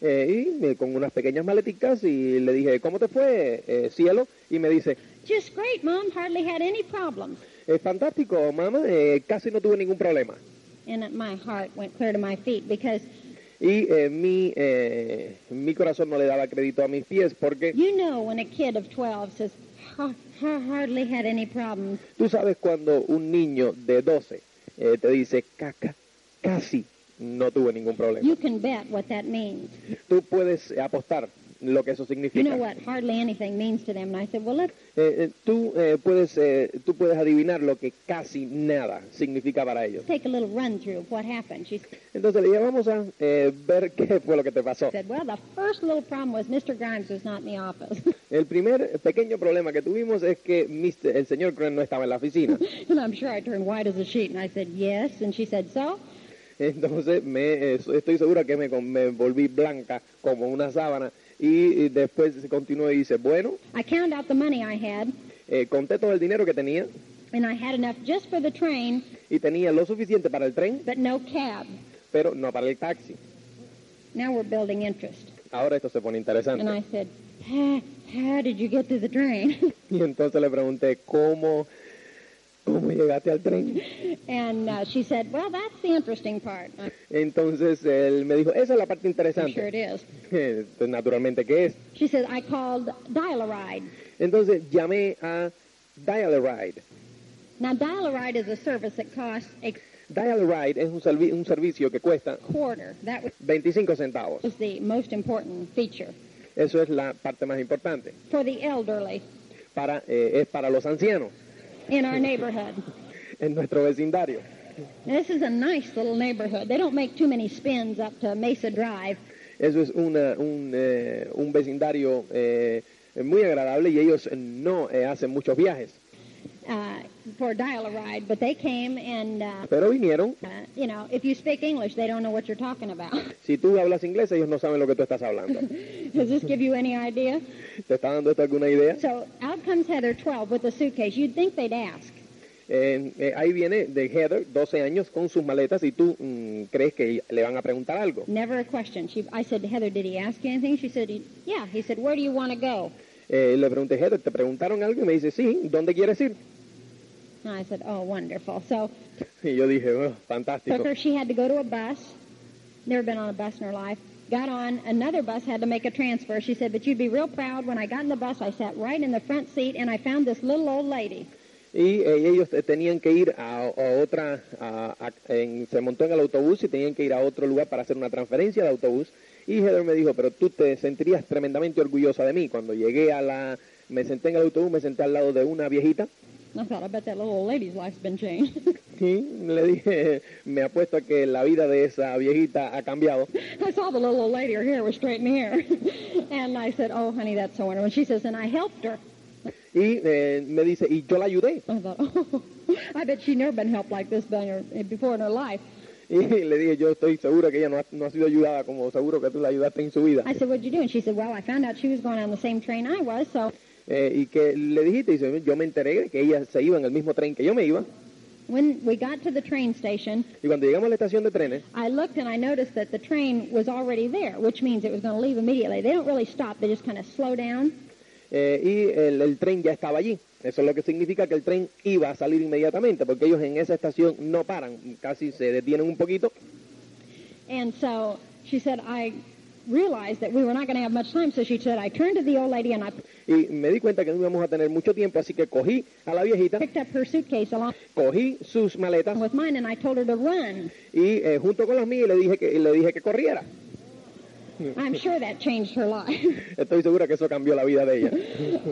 eh, y me- con unas pequeñas maleticas y le dije, ¿cómo te fue, eh, cielo? Y me dice, just great, Mom. Hardly had any problems. es fantástico, mamá, eh, casi no tuve ningún problema. And my heart went clear to my feet because Y eh, mi, eh, mi corazón no le daba crédito a mis pies porque you know when a kid of 12 says, "Ha- ha- hardly had any problems, Tú sabes cuando un niño de 12 eh, te dice, caca, casi no tuve ningún problema. you can bet what that means. Tú puedes eh, apostar lo que eso You know significa. what hardly anything means to them. And I said, well, let's Eh, eh, tú, eh, puedes, eh, tú puedes adivinar lo que casi nada significa para ellos. take a little run through of what happened. She Entonces le dije, vamos a eh, ver qué fue lo que te pasó. said, well, the first little problem was Mr. Grimes was not in the office. El primer pequeño problema que tuvimos es que Mr. el señor Grant no estaba en la oficina. and I'm sure I turned white as a sheet. And I said, yes. And she said, so? Entonces me, eh, estoy segura que me, con- me volví blanca como una sábana y, y después continuó y dice, bueno, I counted out the money I had, Eh, conté todo el dinero que tenía and I had enough just for the train, y tenía lo suficiente para el tren, but no cab. pero no para el taxi. Now we're building interest. Ahora esto se pone And I interesante. said, how, how did you get to the train? Y entonces le pregunté, ¿cómo, cómo llegaste al tren? and uh, she said, well, that's the interesting part. I'm Entonces él me dijo, esa es la parte sure interesante. it is. Eh, pues, naturalmente que es. She said, I called Dial-A-Ride. Entonces llamé a Dial Ride. Now, Dial-A-Ride is a service that costs a Dial Ride es un, servi- un servicio que cuesta quarter. That was 25 centavos. was the most important feature. Eso es la parte más importante. for the elderly Para, eh, es para los ancianos in our neighborhood. en nuestro vecindario. This is a nice little neighborhood. They don't make too many spins up to Mesa Drive. Eso es una- un, eh, un vecindario eh, muy agradable y ellos no eh, hacen muchos viajes. uh, for dial a ride, but they came and, uh, Pero vinieron. uh, you know, if you speak English, they don't know what you're talking about. Si tú hablas inglés, ellos no saben lo que tú estás hablando. Does this give you any idea? ¿Te está dando esto alguna idea? So out comes Heather, 12, with a suitcase. You'd think they'd ask. Eh, eh, ahí viene de Heather, 12 años, con sus maletas y tú mm, crees que le van a preguntar algo. Never a question. She, I said, Heather, did he ask you anything? She said, yeah. He said, where do you want to go? Eh, le pregunté, Heather, ¿te preguntaron algo? Y me dice, sí, ¿dónde quieres ir? And I said, oh, wonderful. So Y yo dije, "Oh, took fantástico. her. She had to go to a bus. Never been on a bus in her life. Got on another bus, had to make a transfer. She said, but you'd be real proud. When I got in the bus, I sat right in the front seat, and I found this little old lady. Y eh, ellos te- tenían que ir a, a otra, a- a- en- se montó en el autobús y tenían que ir a otro lugar para hacer una transferencia de autobús. Y Heather me dijo, pero tú te sentirías tremendamente orgullosa de mí. Cuando llegué a la, me senté en el autobús, me senté al lado de una viejita I thought, I bet that little old lady's life's been changed. y le dije, me apuesto a que la vida de esa viejita ha cambiado. I saw the little old lady, her hair was straightened hair. and I said, oh, honey, that's so wonderful. And she says, and I helped her. Y eh, me dice, y yo la ayudé. I thought, oh, I bet she'd never been helped like this be- or- before in her life. Y le dije, yo estoy segura que ella no ha, no ha sido ayudada como seguro que tú la ayudaste en su vida. I said, what'd you do? And she said, well, I found out she was going on the same train I was, so Eh, y que le dijiste, dice, yo me enteré de que ella se iba en el mismo tren que yo me iba. when we got to the train station, Y cuando llegamos a la estación de trenes, I looked and I noticed that the train was already there, which means it was going to leave immediately. They don't really stop. They just kind of slow down. eh, y el, el tren ya estaba allí. Eso es lo que significa que el tren iba a salir inmediatamente, porque ellos en esa estación no paran, casi se detienen un poquito. And so she said, I realized that we were not going to have much time, so she said, I turned to the old lady and I Y me di cuenta que no íbamos a tener mucho tiempo, así que cogí a la viejita, picked up her suitcase along cogí sus maletas with mine and I told her to run. y eh, junto con las mías y le dije que, y le dije que corriera. I'm sure that changed her life. Estoy segura que eso cambió la vida de ella.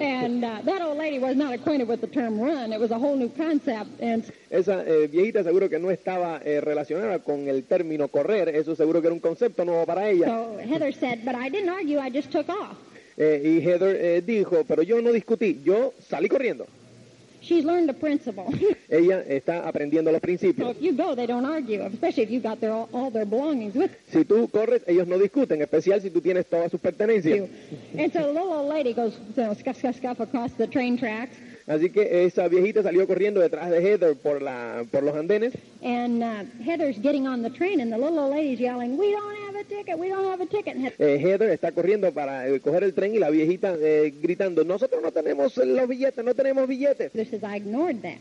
and uh, that old lady was not acquainted with the term run. It was a whole new concept. And Esa eh, viejita seguro que no estaba eh, relacionada con el término correr, eso seguro que era un concepto nuevo para ella. so Heather said, but I didn't argue, I just took off. Eh, y Heather eh, dijo, pero yo no discutí, yo salí corriendo. She's learned a principle. Ella está aprendiendo los so principios. if you go, they don't argue, especially if you've got their, all, all their belongings with Si tú corres, ellos no discuten, en especial si tú tienes todas sus pertenencias. you. And so the little old lady goes, you know, scuff, scuff, scuff across the train tracks. Así que esa viejita salió corriendo detrás de Heather por, la, por los andenes And uh, Heather's getting on the train, and the little old lady's yelling, "We don't have a ticket! We don't have a ticket!" And Heather, Eh, Heather está corriendo para eh, coger el tren y la viejita eh, gritando, nosotros no tenemos los billetes, no tenemos billetes. says, "I ignored that."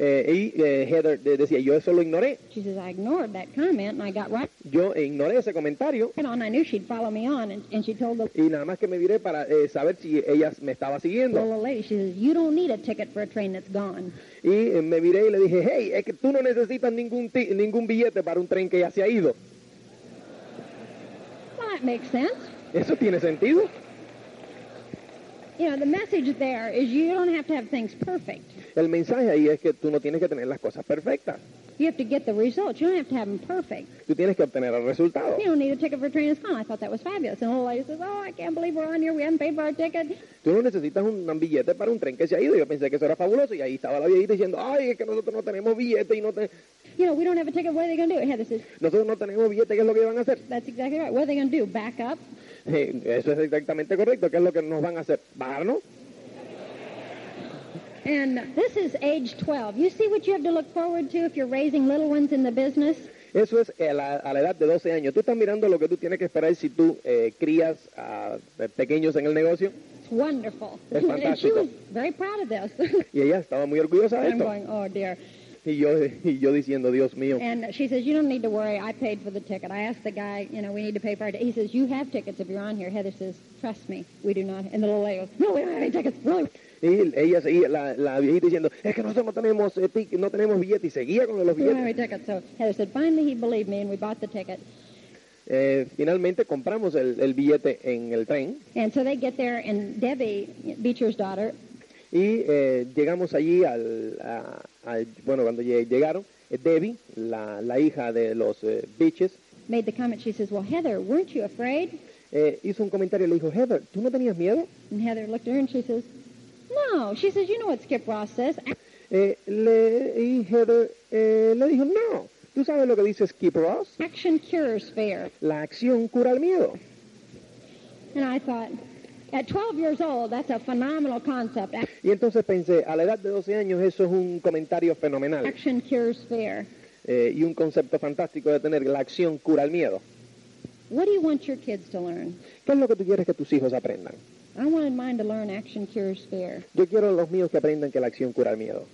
Eh, y eh, Heather de- decía, yo eso lo ignoré, She says, "I ignored that comment, and I got right yo ignoré ese comentario on. I knew she'd follow me on." And, and she told the y nada más que me viré para eh, saber si ella me estaba little siguiendo. old lady, she says, "You don't need a ticket for a train that's gone." Y eh, me viré y le dije, hey, es que tú no necesitas ningún, ti- ningún billete para un tren que ya se ha ido. Well, that makes sense. ¿Eso tiene sentido? You know, the message there is you don't have to have things perfect. El mensaje ahí es que tú no tienes que tener las cosas perfectas. You have to get the results. You don't have to have them perfect. Tú tienes que obtener el resultado. You don't need a ticket for a train that's gone. I thought that was fabulous. And the old lady says, "Oh, I can't believe we're on here. We haven't paid for our ticket." Tú no necesitas un, un billete para un tren que se ha ido. Yo pensé que eso era fabuloso. Y ahí estaba la viejita diciendo, ay, es que nosotros no tenemos billete y no te- You know, we don't have a ticket. What are they going to do? And Heather says, nosotros no tenemos billete. ¿Qué es lo que van a hacer? That's exactly right. What are they going to do? Back up? Eh, eso es exactamente correcto. ¿Qué es lo que nos van a hacer? ¿Bajarnos? And this is age 12. You see what you have to look forward to if you're raising little ones in the business? Eso es a la, a la edad de 12 años. Tú estás mirando lo que tú tienes que esperar si tú eh, crías a eh, pequeños en el negocio. It's wonderful. Es and she fantástico. was very proud of this. Y ella estaba muy orgullosa de I'm esto. going, oh dear. Y yo, y yo diciendo, Dios mío. And she says, you don't need to worry. I paid for the ticket. I asked the guy, you know, we need to pay for our ticket. He says, you have tickets if you're on here. Heather says, trust me, we do not. And the little lady goes, no, we don't have any tickets. Really? Y ella seguía, la, la viejita diciendo, es que nosotros no tenemos, eh, tic- no tenemos billete. Y seguía con los We don't billetes. have any tickets. So Heather said, finally he believed me and we bought the ticket. eh, finalmente compramos el, el billete en el tren And so they get there, and Debbie, Beecher's daughter, y eh, llegamos allí al, a- al- bueno, cuando lleg- llegaron, eh, Debbie, la, la hija de los eh, Beaches, made the comment, she says, Well, Heather, weren't you afraid? eh, hizo un comentario y le dijo, Heather, ¿tú no tenías miedo? And Heather looked at her and she says, No. She says, You know what Skip Ross says. Eh, le, y Heather eh, le dijo, no, ¿tú sabes lo que dice Skip Ross? Action cures fear. La acción cura el miedo. And I thought, at 12 years old, that's a phenomenal concept. Ac- Y entonces pensé, a la edad de 12 años eso es un comentario fenomenal Action cures fear. eh, y un concepto fantástico de tener, la acción cura el miedo. What do you want your kids to learn? ¿Qué es lo que tú quieres que tus hijos aprendan? I wanted mine to learn action cures fear. Yo quiero a los míos que aprendan que la acción cura el miedo.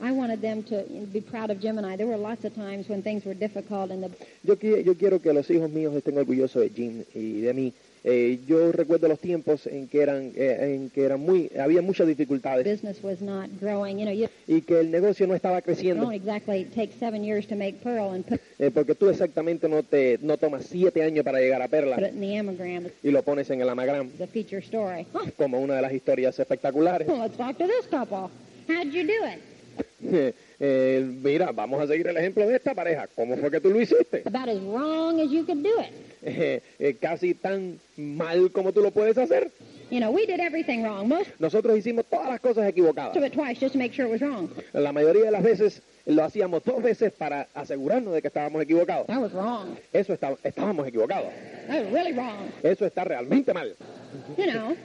I wanted them to be proud of Gemini. There were lots of times when things were difficult in the Yo, qui- yo quiero que los hijos míos estén orgullosos de Jim y de mí. Eh, yo recuerdo los tiempos en que eran, eh, en que eran muy, había muchas dificultades business was not growing. You know, you y que el negocio no estaba creciendo don't exactly take seven years to make pearl and put eh, porque tú exactamente no te, no tomas siete años para llegar a put Perla it in the Amagram. y lo pones en el anagram It's a feature story. Huh, como una de las historias espectaculares. well, let's talk to this couple. How'd you do it? Eh, mira, vamos a seguir el ejemplo de esta pareja. ¿Cómo fue que tú lo hiciste? About as wrong as you could do it. Eh, eh, casi tan mal como tú lo puedes hacer. You know, we did everything wrong. Most Nosotros hicimos todas las cosas equivocadas. of it twice just to make sure it was wrong. La mayoría de las veces lo hacíamos dos veces para asegurarnos de que estábamos equivocados. That was wrong. Eso está- estábamos equivocados. That was really wrong. Eso está realmente mal. You know,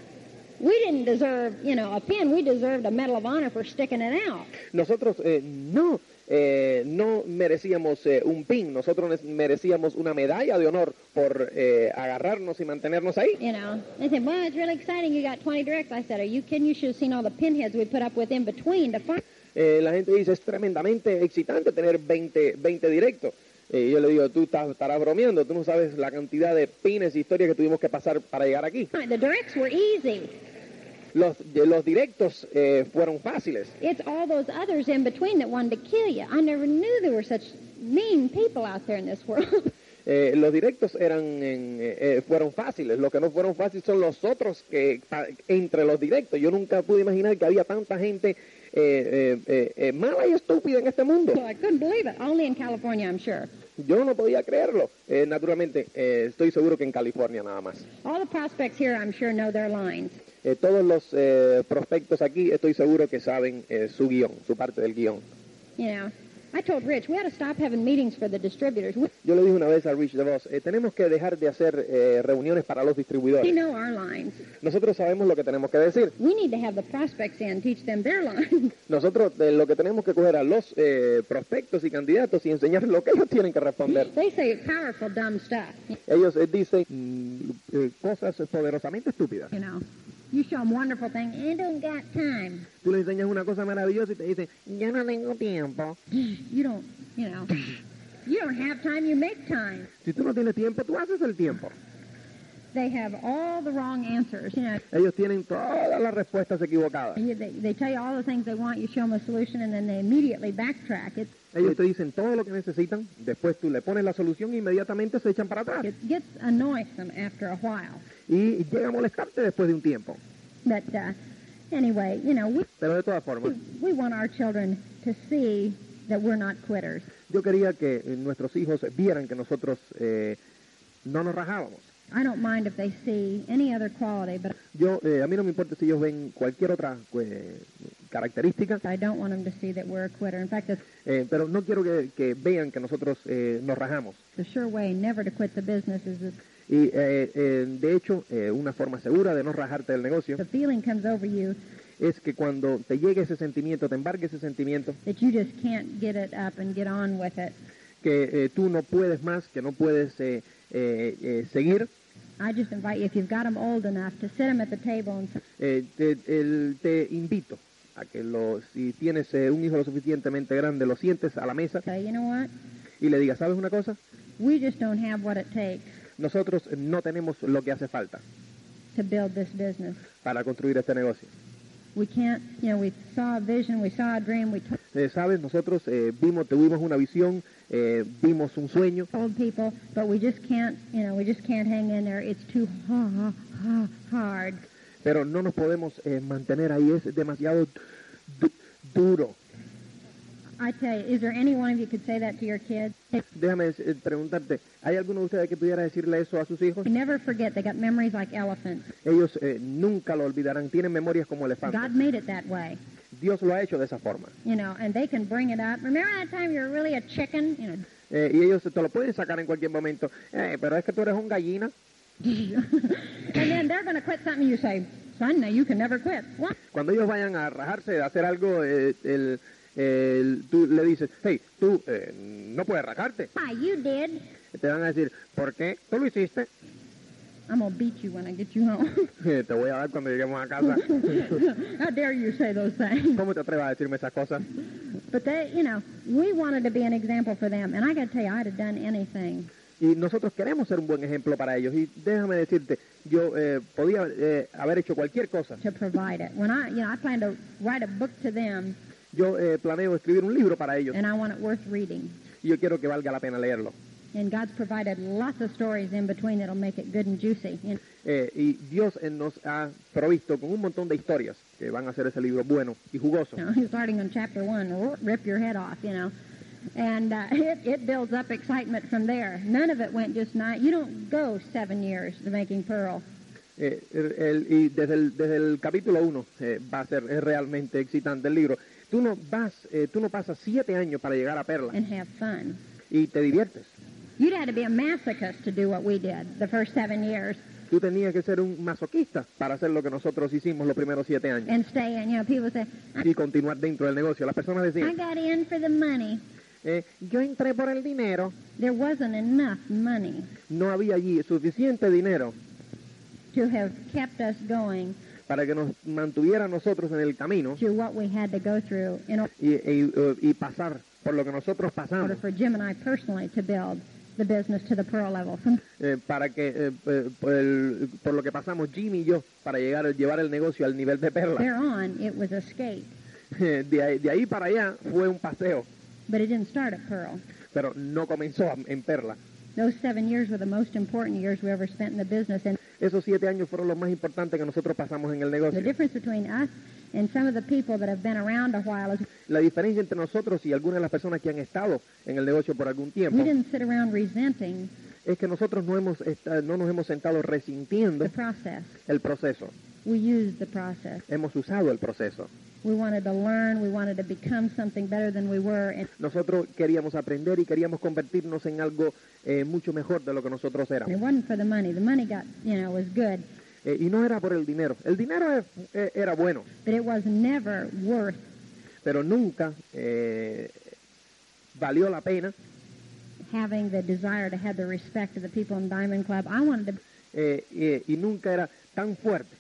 we didn't deserve, you know, a pin. We deserved a Medal of Honor for sticking it out. Nosotros eh, no, eh, no merecíamos eh, un pin, nosotros ne- merecíamos una medalla de honor por eh, agarrarnos y mantenernos ahí. You know, they said, well, it's really exciting. You got 20 directs. I said, are you kidding? You should have seen all the pinheads we put up with in between to find. Eh, la gente dice, es tremendamente excitante tener 20, 20 directos. Eh, Y yo le digo, tú estás, estarás bromeando, tú no sabes la cantidad de pines y historias que tuvimos que pasar para llegar aquí. The directs were easy. Los, de- los directos eh, fueron fáciles. It's all those others in between that wanted to kill you. I never knew there were such mean people out there in this world. Eh, los directos eran en- eh, eh, fueron fáciles, lo que no fueron fáciles son los otros que pa- entre los directos. Yo nunca pude imaginar que había tanta gente eh, eh, eh, eh, mala y estúpida en este mundo. so I couldn't believe it. Only in California, I'm sure. Yo no podía creerlo. Eh, naturalmente, eh, estoy seguro que en California nada más. All the prospects here, I'm sure, know their lines. Eh, todos los eh, prospectos aquí estoy seguro que saben eh, su guión, su parte del guión. You know, I told Rich we ought to stop having meetings for the distributors. We Yo le dije una vez a Rich DeVos, eh, tenemos que dejar de hacer eh, reuniones para los we distribuidores. know our lines. Nosotros sabemos lo que tenemos que decir. We need to have the prospects in, teach them their lines. Nosotros de lo que tenemos que coger a los eh, prospectos y candidatos y enseñarles lo que ellos tienen que responder. they say powerful, dumb stuff. Ellos eh, dicen mm, eh, cosas poderosamente estúpidas. You know, you show them wonderful things. I don't got time. Tú les enseñas una cosa maravillosa y te dicen, yo no tengo tiempo. You don't, you know, you don't have time. You make time. Si tú no tienes tiempo, tú haces el tiempo. They have all the wrong answers. You know, Ellos tienen todas las respuestas equivocadas. and you, they, they tell you all the things they want. You show them a solution, and then they immediately backtrack. It Ellos te dicen todo lo que necesitan, después tú le pones la solución y inmediatamente se echan para atrás. it gets annoysome after a while. Y llega a molestarte después de un tiempo. But uh, anyway, you know, we Pero de todas formas, we want our children to see that we're not quitters. yo quería que eh, nuestros hijos vieran que nosotros eh, no nos rajábamos. I don't mind if they see any other quality, but Yo, eh, a mí no me importa si ellos ven cualquier otra eh, característica, I don't want them to see that we're a quitter. In fact, it's eh, pero no quiero que, que vean que nosotros eh, nos rajamos. the sure way never to quit the business is if Y eh, eh, de hecho, eh, una forma segura de no rajarte del negocio the feeling comes over you es que cuando te llegue ese sentimiento, te embargue ese sentimiento, that you just can't get it up and get on with it. que eh, tú no puedes más, que no puedes eh, eh, eh, seguir, I just invite you, if you've got them old enough, to sit them at the table and eh, te, el- te invito a que lo, si tienes eh, un hijo lo suficientemente grande, lo sientes a la mesa say, you know what? y le digas, ¿sabes una cosa? We just don't have what it takes Nosotros no tenemos lo que hace falta to build this business. para construir este negocio. We can't, you know, we saw a vision, we saw a dream, we t- Eh, Sabes, nosotros eh, vimos, tuvimos una visión, eh, vimos un sueño, told people, but we just can't, you know, we just can't hang in there. It's too ha, ha, ha, hard. pero no nos podemos eh, mantener ahí, es demasiado du- duro. I tell you, is there any one of you could say that to your kids? They Déjame eh, preguntarte, ¿hay alguno de ustedes que pudiera decirle eso a sus hijos? never forget. They got memories like elephants. Ellos eh, nunca lo olvidarán, tienen memorias como elefantes. God made it that way, Dios lo ha hecho de esa forma. you know, and they can bring it up. Remember that time you were really a chicken, you know? Eh, y ellos te lo pueden sacar en cualquier momento. "Eh, pero es que tú eres un gallina. and then they're going to quit something. You say, son, now you can never quit. What? Cuando ellos vayan a rajarse, a hacer algo, eh, el- el- tú le dices, hey, tú eh, no puedes rajarte. Why you did? Te van a decir, ¿por qué? Tú lo hiciste. I'm going to beat you when I get you home. Eh, te voy a dar cuando lleguemos a casa. How dare you say those things? ¿Cómo te atreves a decirme esas cosas? But they, you know, we wanted to be an example for them, and I got to tell you, I'd have done anything. Y nosotros queremos ser un buen ejemplo para ellos. Y déjame decirte, yo eh, podía eh, haber hecho cualquier cosa. to provide it. When I, you know, I plan to write a book to them, Yo eh, planeo escribir un libro para ellos and I want it worth reading. y yo quiero que valga la pena leerlo. And God's provided lots of stories in between that'll make it good and juicy. And Eh, y Dios eh, nos ha provisto con un montón de historias que van a hacer ese libro bueno y jugoso. you know, starting on chapter one, r- rip your head off, you know. And uh, it, it builds up excitement from there. None of it went just night. You don't go seven years to making pearl. Eh, el- el- y desde el, desde el capítulo 1 va a ser eh, realmente excitante el libro. Tú no vas, eh, tú no pasas siete años para llegar a Perla and have fun. y te diviertes. You'd have to be a masochist to do what we did the first seven years Tú tenías que ser un masoquista para hacer lo que nosotros hicimos los primeros siete años and stay in. You know, people say, I, y continuar dentro del negocio. Las personas I decían, got in for the money. eh, yo entré por el dinero. There wasn't enough money. No había allí suficiente dinero to have kept us going para que nos mantuviera a nosotros en el camino through what we had to go through in y, y- eh, y pasar por lo que nosotros order pasamos for Jim and I personally to build the business to the pearl level. Some eh, para que eh, eh, por, el- por lo que pasamos Jimmy y yo para llegar llevar el negocio al nivel de perla there on, it was escape, Eh, de, ahí, de ahí para allá fue un paseo but it didn't start at pearl. pero no comenzó a- en perla Those seven years were the most important years we ever spent in the business, and esos siete años fueron los más importantes que nosotros pasamos en el the negocio difference between us and some of the people that have been around a while is la diferencia entre nosotros y algunas de las personas que han estado en el negocio por algún we tiempo didn't sit around resenting es que nosotros no hemos esta- no nos hemos sentado resintiendo the process. el proceso We used the process. hemos usado el proceso We wanted to learn. We wanted to become something better than we were, and nosotros queríamos aprender y queríamos convertirnos en algo eh, mucho mejor de lo que nosotros éramos it wasn't for the money. The money got, you know, was good, Eh, y no era por el dinero. El dinero es- eh, era bueno, but it was never worth pero nunca eh, valió la pena having the desire to have the respect of the people in Diamond Club. I wanted to eh, eh, y nunca era tan fuerte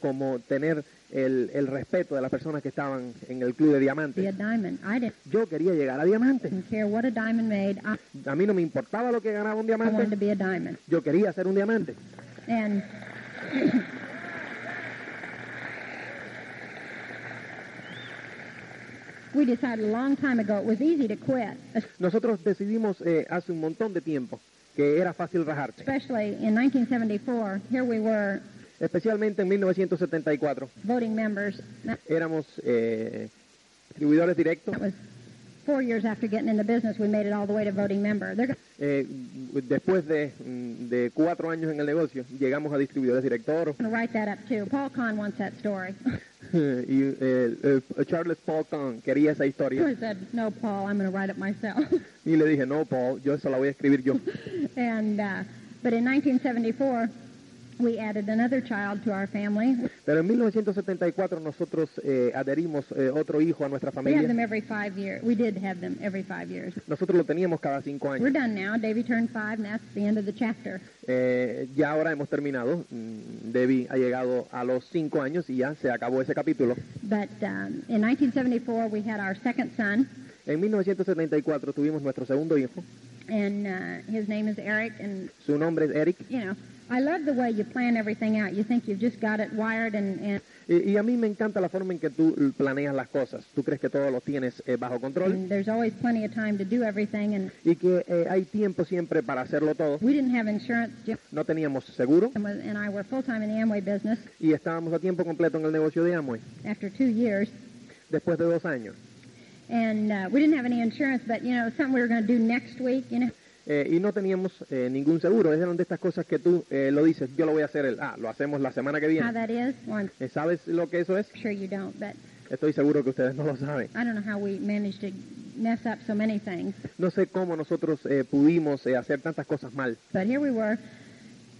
como tener el, el respeto de las personas que estaban en el club de be a diamantes. diamond. I didn't Yo quería llegar a diamantes. care what a diamond made. I, A mí no me importaba lo que ganaba un I wanted diamante. to be a diamond. Yo quería ser un diamante. And we decided a long time ago it was easy to quit, Nosotros decidimos eh, hace un montón de tiempo que era fácil rajarse, especially in 1974. Here we were, especialmente en 1974. voting members. That Éramos eh, distribuidores directos. was four years after getting in the business. We made it all the way to voting member. They're gonna Eh, después de, mm, de cuatro años en el negocio, llegamos a distribuidores director write that up too. Paul Kahn wants that story. y eh, eh, Charles Paul Kahn quería esa historia I said, no, Paul, I'm going to write it myself. y le dije, no, Paul, yo eso la voy a escribir yo. and uh, But in 1974, we added another child to our family. Pero en 1974 nosotros eh, adherimos eh, otro hijo a nuestra We have them familia. every five years. We did have them every five years. Nosotros lo teníamos cada cinco We're años. done now. Davy turned five, and that's the end of the chapter. Eh, ya ahora hemos terminado. Mm, Debbie ha llegado a los cinco años y ya se acabó ese capítulo. But um, in 1974, we had our second son, En 1974 tuvimos nuestro segundo hijo. and uh, his name is Eric. And, Su nombre es Eric. you know, I love the way you plan everything out. You think you've just got it wired and, and, Y, y a mí me encanta la forma en que tú l- planeas las cosas. Tú crees que todo lo tienes eh, bajo control and there's always plenty of time to do everything. And y que eh, hay tiempo siempre para hacerlo todo. we didn't have insurance. Jim No teníamos seguro and was- and I were full time in the Amway business y estábamos a tiempo completo en el negocio de Amway after two years. después de dos años. And uh, we didn't have any insurance, but you know, something we were going to do next week, you know. Eh, y no teníamos eh, ningún seguro. Es de estas cosas que tú eh, lo dices, yo lo voy a hacer el, ah, lo hacemos la semana que how viene. that is? Well, I'm Eh, ¿Sabes lo que eso es? sure you don't, but Estoy seguro que ustedes no lo saben. I don't know how we managed to mess up so many things. No sé cómo nosotros eh, pudimos eh, hacer tantas cosas mal. But here we were.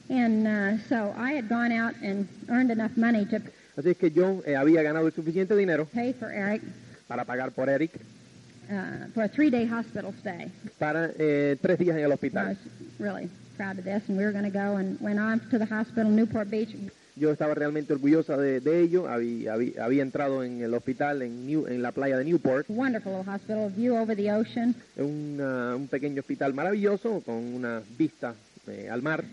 And uh, so I had gone out and earned enough money to Así es que yo eh, había ganado el suficiente dinero pay for Eric para pagar por Eric uh, for a three day hospital stay. para eh, tres días en el I hospital. was really proud of this, and we were going to go and went on to the hospital in Newport Beach. Yo estaba realmente orgullosa de, de ello. Había, había, había entrado en el hospital en, New- en la playa de Newport, Wonderful little hospital, view over the ocean. una- un pequeño hospital maravilloso con una vista eh, al mar.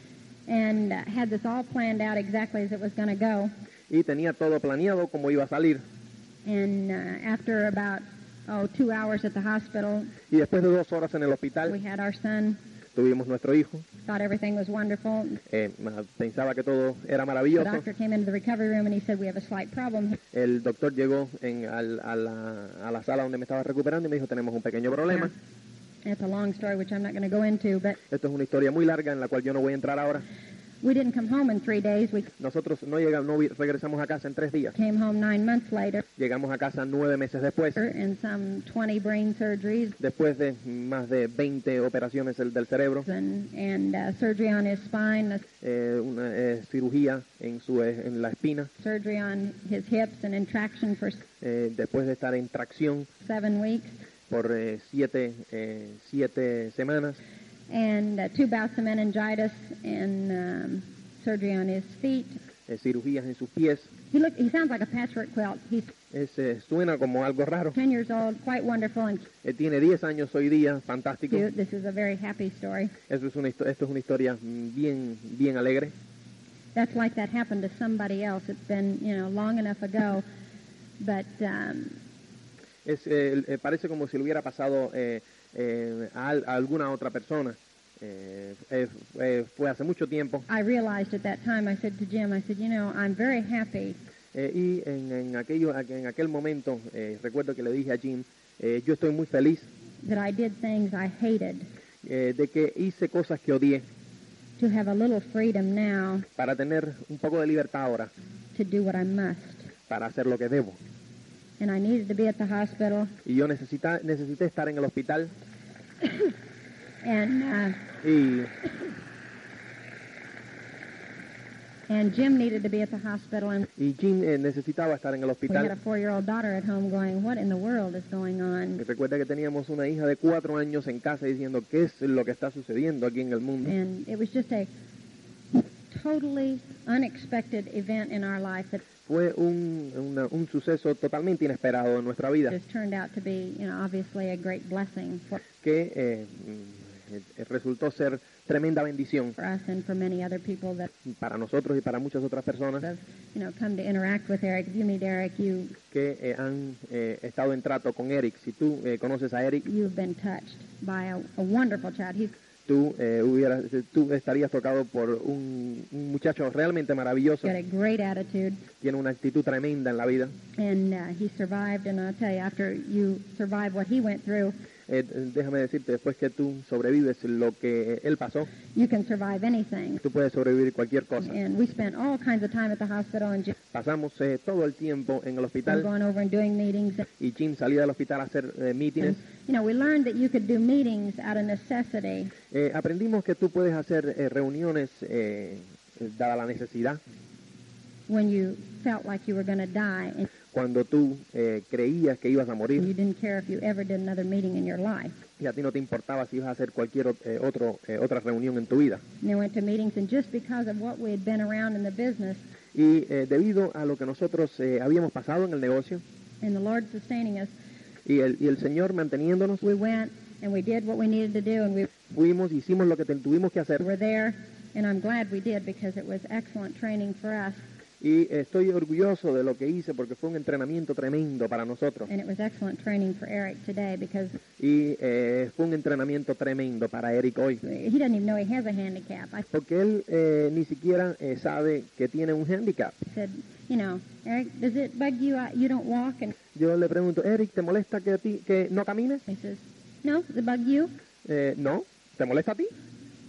and uh, had this all planned out exactly as it was going to go. y tenía todo planeado cómo iba a salir. And uh, after about oh two hours at the hospital, Y después de dos horas en el we hospital had our son. tuvimos nuestro hijo. Thought everything was wonderful. Eh, ma- pensaba que todo era The maravilloso. doctor came into the recovery room and he said, "We have a slight problem El doctor llegó en, al- a, la, a la sala donde me estaba recuperando y me dijo, tenemos un pequeño problema. here." It's a long story, which I'm not going to go into, but Esto es una historia muy larga en la cual yo no voy a entrar ahora. we didn't come home in three days. We Nosotros no llegamos, no vi- regresamos a casa en tres días. came home nine months later, Llegamos a casa nueve meses después, and some 20 brain surgeries después de más de 20 operaciones del, del cerebro, and, and uh, surgery on his spine, a eh, una eh, cirugía en, su, eh, en la espina, surgery on his hips, and in traction for s- eh, después de estar en tracción seven weeks, por eh, siete, eh, siete semanas, and uh, two bouts of meningitis and um, surgery on his feet. eh, cirugías en sus pies. He look. He sounds like a patchwork quilt. He's Es, eh, suena como algo raro. 10 years old, quite wonderful and Él tiene 10 años hoy día, fantástico. cute. This is a very happy story. Eso es una, histo- esto es una historia mm, bien, bien alegre. That's like that happened to somebody else. It's been you know long enough ago, but um, Es, eh, eh, parece como si le hubiera pasado eh, eh, a, al- a alguna otra persona. Eh, eh, eh, fue hace mucho tiempo I realized at that time. I said to Jim, I said, you know, I'm very happy Eh, y en, en aquello, en aquel momento eh, recuerdo que le dije a Jim, eh, yo estoy muy feliz that I did things I hated eh, de que hice cosas que odié to have a little freedom now para tener un poco de libertad ahora. to do what I must. para hacer lo que debo. And I needed to be at the hospital Y yo necesita, necesité estar en el hospital and. Uh, y, And Jim needed to be at the hospital, and y Jim eh, necesitaba estar en el we had a hospital. four-year-old daughter at home going, what in the world is going Y on? recuerda que teníamos una hija de cuatro años en casa diciendo qué es lo que está sucediendo aquí en el mundo. And it was just a totally unexpected event in our life that Fue un, una- un suceso totalmente inesperado en nuestra vida just turned out to be, you know, obviously a great blessing for, que eh, mm, eh, resultó ser tremenda bendición for us and for many other people that para nosotros y para muchas otras personas have, you know, come to interact with Eric. If you meet Eric, you que eh, han eh, estado en trato con Eric. Si tú eh, conoces a Eric, you've been touched by a, a wonderful child. He's tú, eh, hubieras, tú estarías tocado por un, un muchacho realmente maravilloso. got a great attitude, tiene una actitud tremenda en la vida. and uh, he survived. And I'll tell you, after you survive what he went through, Eh, déjame decirte, después que tú sobrevives lo que él pasó, you can survive anything. tú puedes sobrevivir cualquier cosa. And we spent all kinds of time at the hospital and just Pasamos eh, todo el tiempo en el hospital going over and doing meetings. And, y Jim salía del hospital a hacer eh, mítines. you know, we learned that you could do meetings out of necessity, Eh, aprendimos que tú puedes hacer eh, reuniones eh, dada la necesidad, when you felt like you were going to die and cuando tú eh, creías que ibas a you morir didn't care if you ever did another meeting in your life. y a ti no te importaba si ibas a hacer cualquier ot- eh, otro, eh, otra reunión en tu vida. And they went to meetings, and just because of what we had been around in the business Y eh, debido a lo que nosotros eh, habíamos pasado en el negocio and the Lord sustaining us, y el, y el Señor manteniéndonos, we went and we did what we needed to do, and we fuimos, hicimos lo que ten- tuvimos que hacer were there And I'm glad we did because it was excellent training for us Y estoy orgulloso de lo que hice porque fue un entrenamiento tremendo para nosotros. and it was excellent training for Eric today because Y eh, fue un entrenamiento tremendo para Eric hoy. he doesn't even know he has a handicap. I Porque él eh, ni siquiera eh, sabe que tiene un handicap. said, you know, Eric, does it bug you out you don't walk? And Yo le pregunto, Eric, ¿te molesta que, a ti, que no camines? he says, no, does it bug you? Eh, no. ¿Te molesta a ti?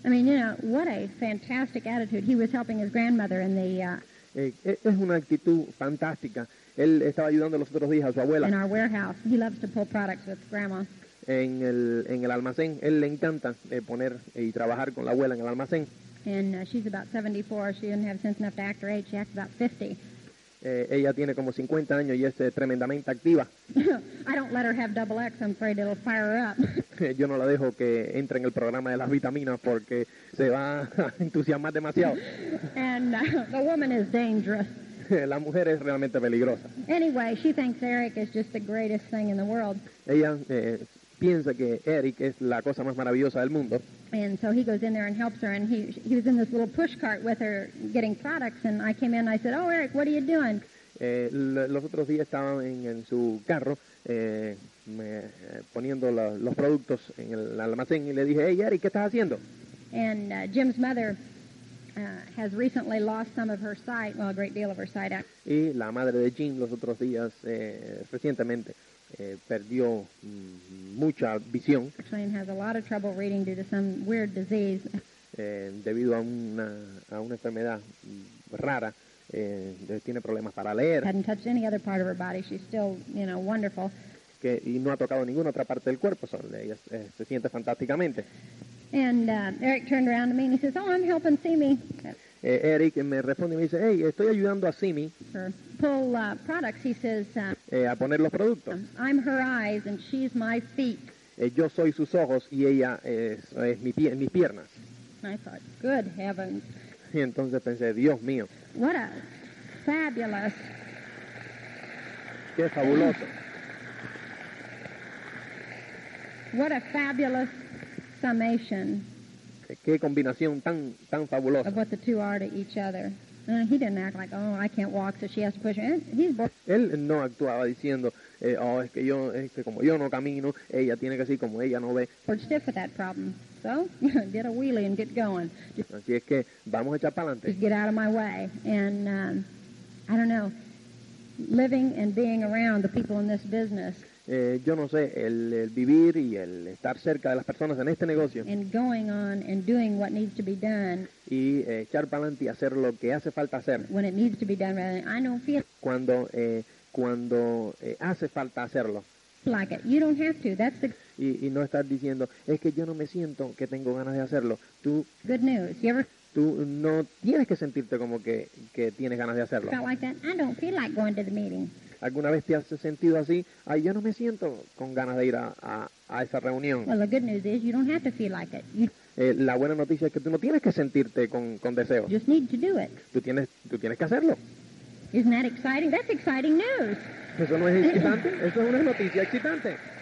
I mean, you know, what a fantastic attitude. He was helping his grandmother in the uh, Eh, eh, es una actitud fantástica. Él estaba ayudando los otros días a su abuela in our warehouse. He loves to pull products with grandma. en el, en el almacén. Él le encanta eh, poner y trabajar con la abuela en el almacén. And uh, she's about 74. She didn't have sense enough to act her age. She acts about 50. Eh, ella tiene como 50 años y es eh, tremendamente activa. I don't let her have double X. I'm afraid it'll fire her up. Eh, Yo no la dejo que entre en el programa de las vitaminas porque se va a entusiasmar demasiado. and uh, the woman is dangerous. Eh, La mujer es realmente peligrosa. Anyway, she thinks Eric is just the greatest thing in the world. Ella eh, piensa que Eric es la cosa más maravillosa del mundo. And so he goes in there and helps her. And he, he was in this little push cart with her getting products. And I came in and I said, Oh, Eric, what are you doing? Eh, l- los otros días estaban en, en su carro eh, me- eh, poniendo la- los productos en el almacén y le dije, hey Eric, ¿qué estás haciendo? And uh, Jim's mother uh, has recently lost some of her sight, well, a great deal of her sight. ac- Y la madre de Jim los otros días, eh, recientemente, eh, perdió mm, mucha visión Actually, and has a lot of trouble reading due to some weird disease. eh, debido a una, a una enfermedad mm, rara. eh, de- tiene problemas para leer Hadn't touched any other part of her body. She's still, you know, wonderful. que, y no ha tocado ninguna otra parte del cuerpo. son- ella eh, se siente fantásticamente. And uh, Eric turned around to me and he says, Oh, I'm helping Simi Eh, Eric me responde y me dice, hey, estoy ayudando a Simi her pull uh, products. He says, uh, eh, a poner los productos. I'm her eyes and she's my feet. Eh, yo soy sus ojos y ella es, es mi pie- mis piernas. And I thought, good heavens, Y entonces pensé, Dios mío, what a fabulous qué fabuloso, What a fabulous summation eh, qué combinación tan tan fabulosa. of what the two are to each other. Uh, he didn't act like, oh, I can't walk, so she has to push her. And He's bo- Él no actuaba diciendo, eh, oh, es que yo, es que como yo no camino, ella tiene que ser como ella no ve. bored stiff with that problem. So, did a wheelie and get going. Just, Así es que vamos a echar para just adelante. get out of my way. And um, I don't know, living and being around the people in this business Eh, yo no sé, el, el vivir y el estar cerca de las personas en este negocio and going on and doing what needs to be done y eh, echar para adelante y hacer lo que hace falta hacer when it needs to be done rather than, I don't feel cuando, eh, cuando eh, hace falta hacerlo. like it. You don't have to. That's the y, y no estar diciendo, es que yo no me siento que tengo ganas de hacerlo. Tú, good news. You ever tú no tienes que sentirte como que, que tienes ganas de hacerlo. felt like that? I don't feel like going to the meeting. ¿Alguna vez te has sentido así? Ay, yo no me siento con ganas de ir a, a- a esa reunión. Well, the good news is you don't have to feel like it. You Eh, la buena noticia es que tú no tienes que sentirte con, con deseos. just need to do it. Tú tienes, tú tienes que hacerlo. Isn't that exciting? That's exciting news. Eso no es excitante, eso es una noticia excitante.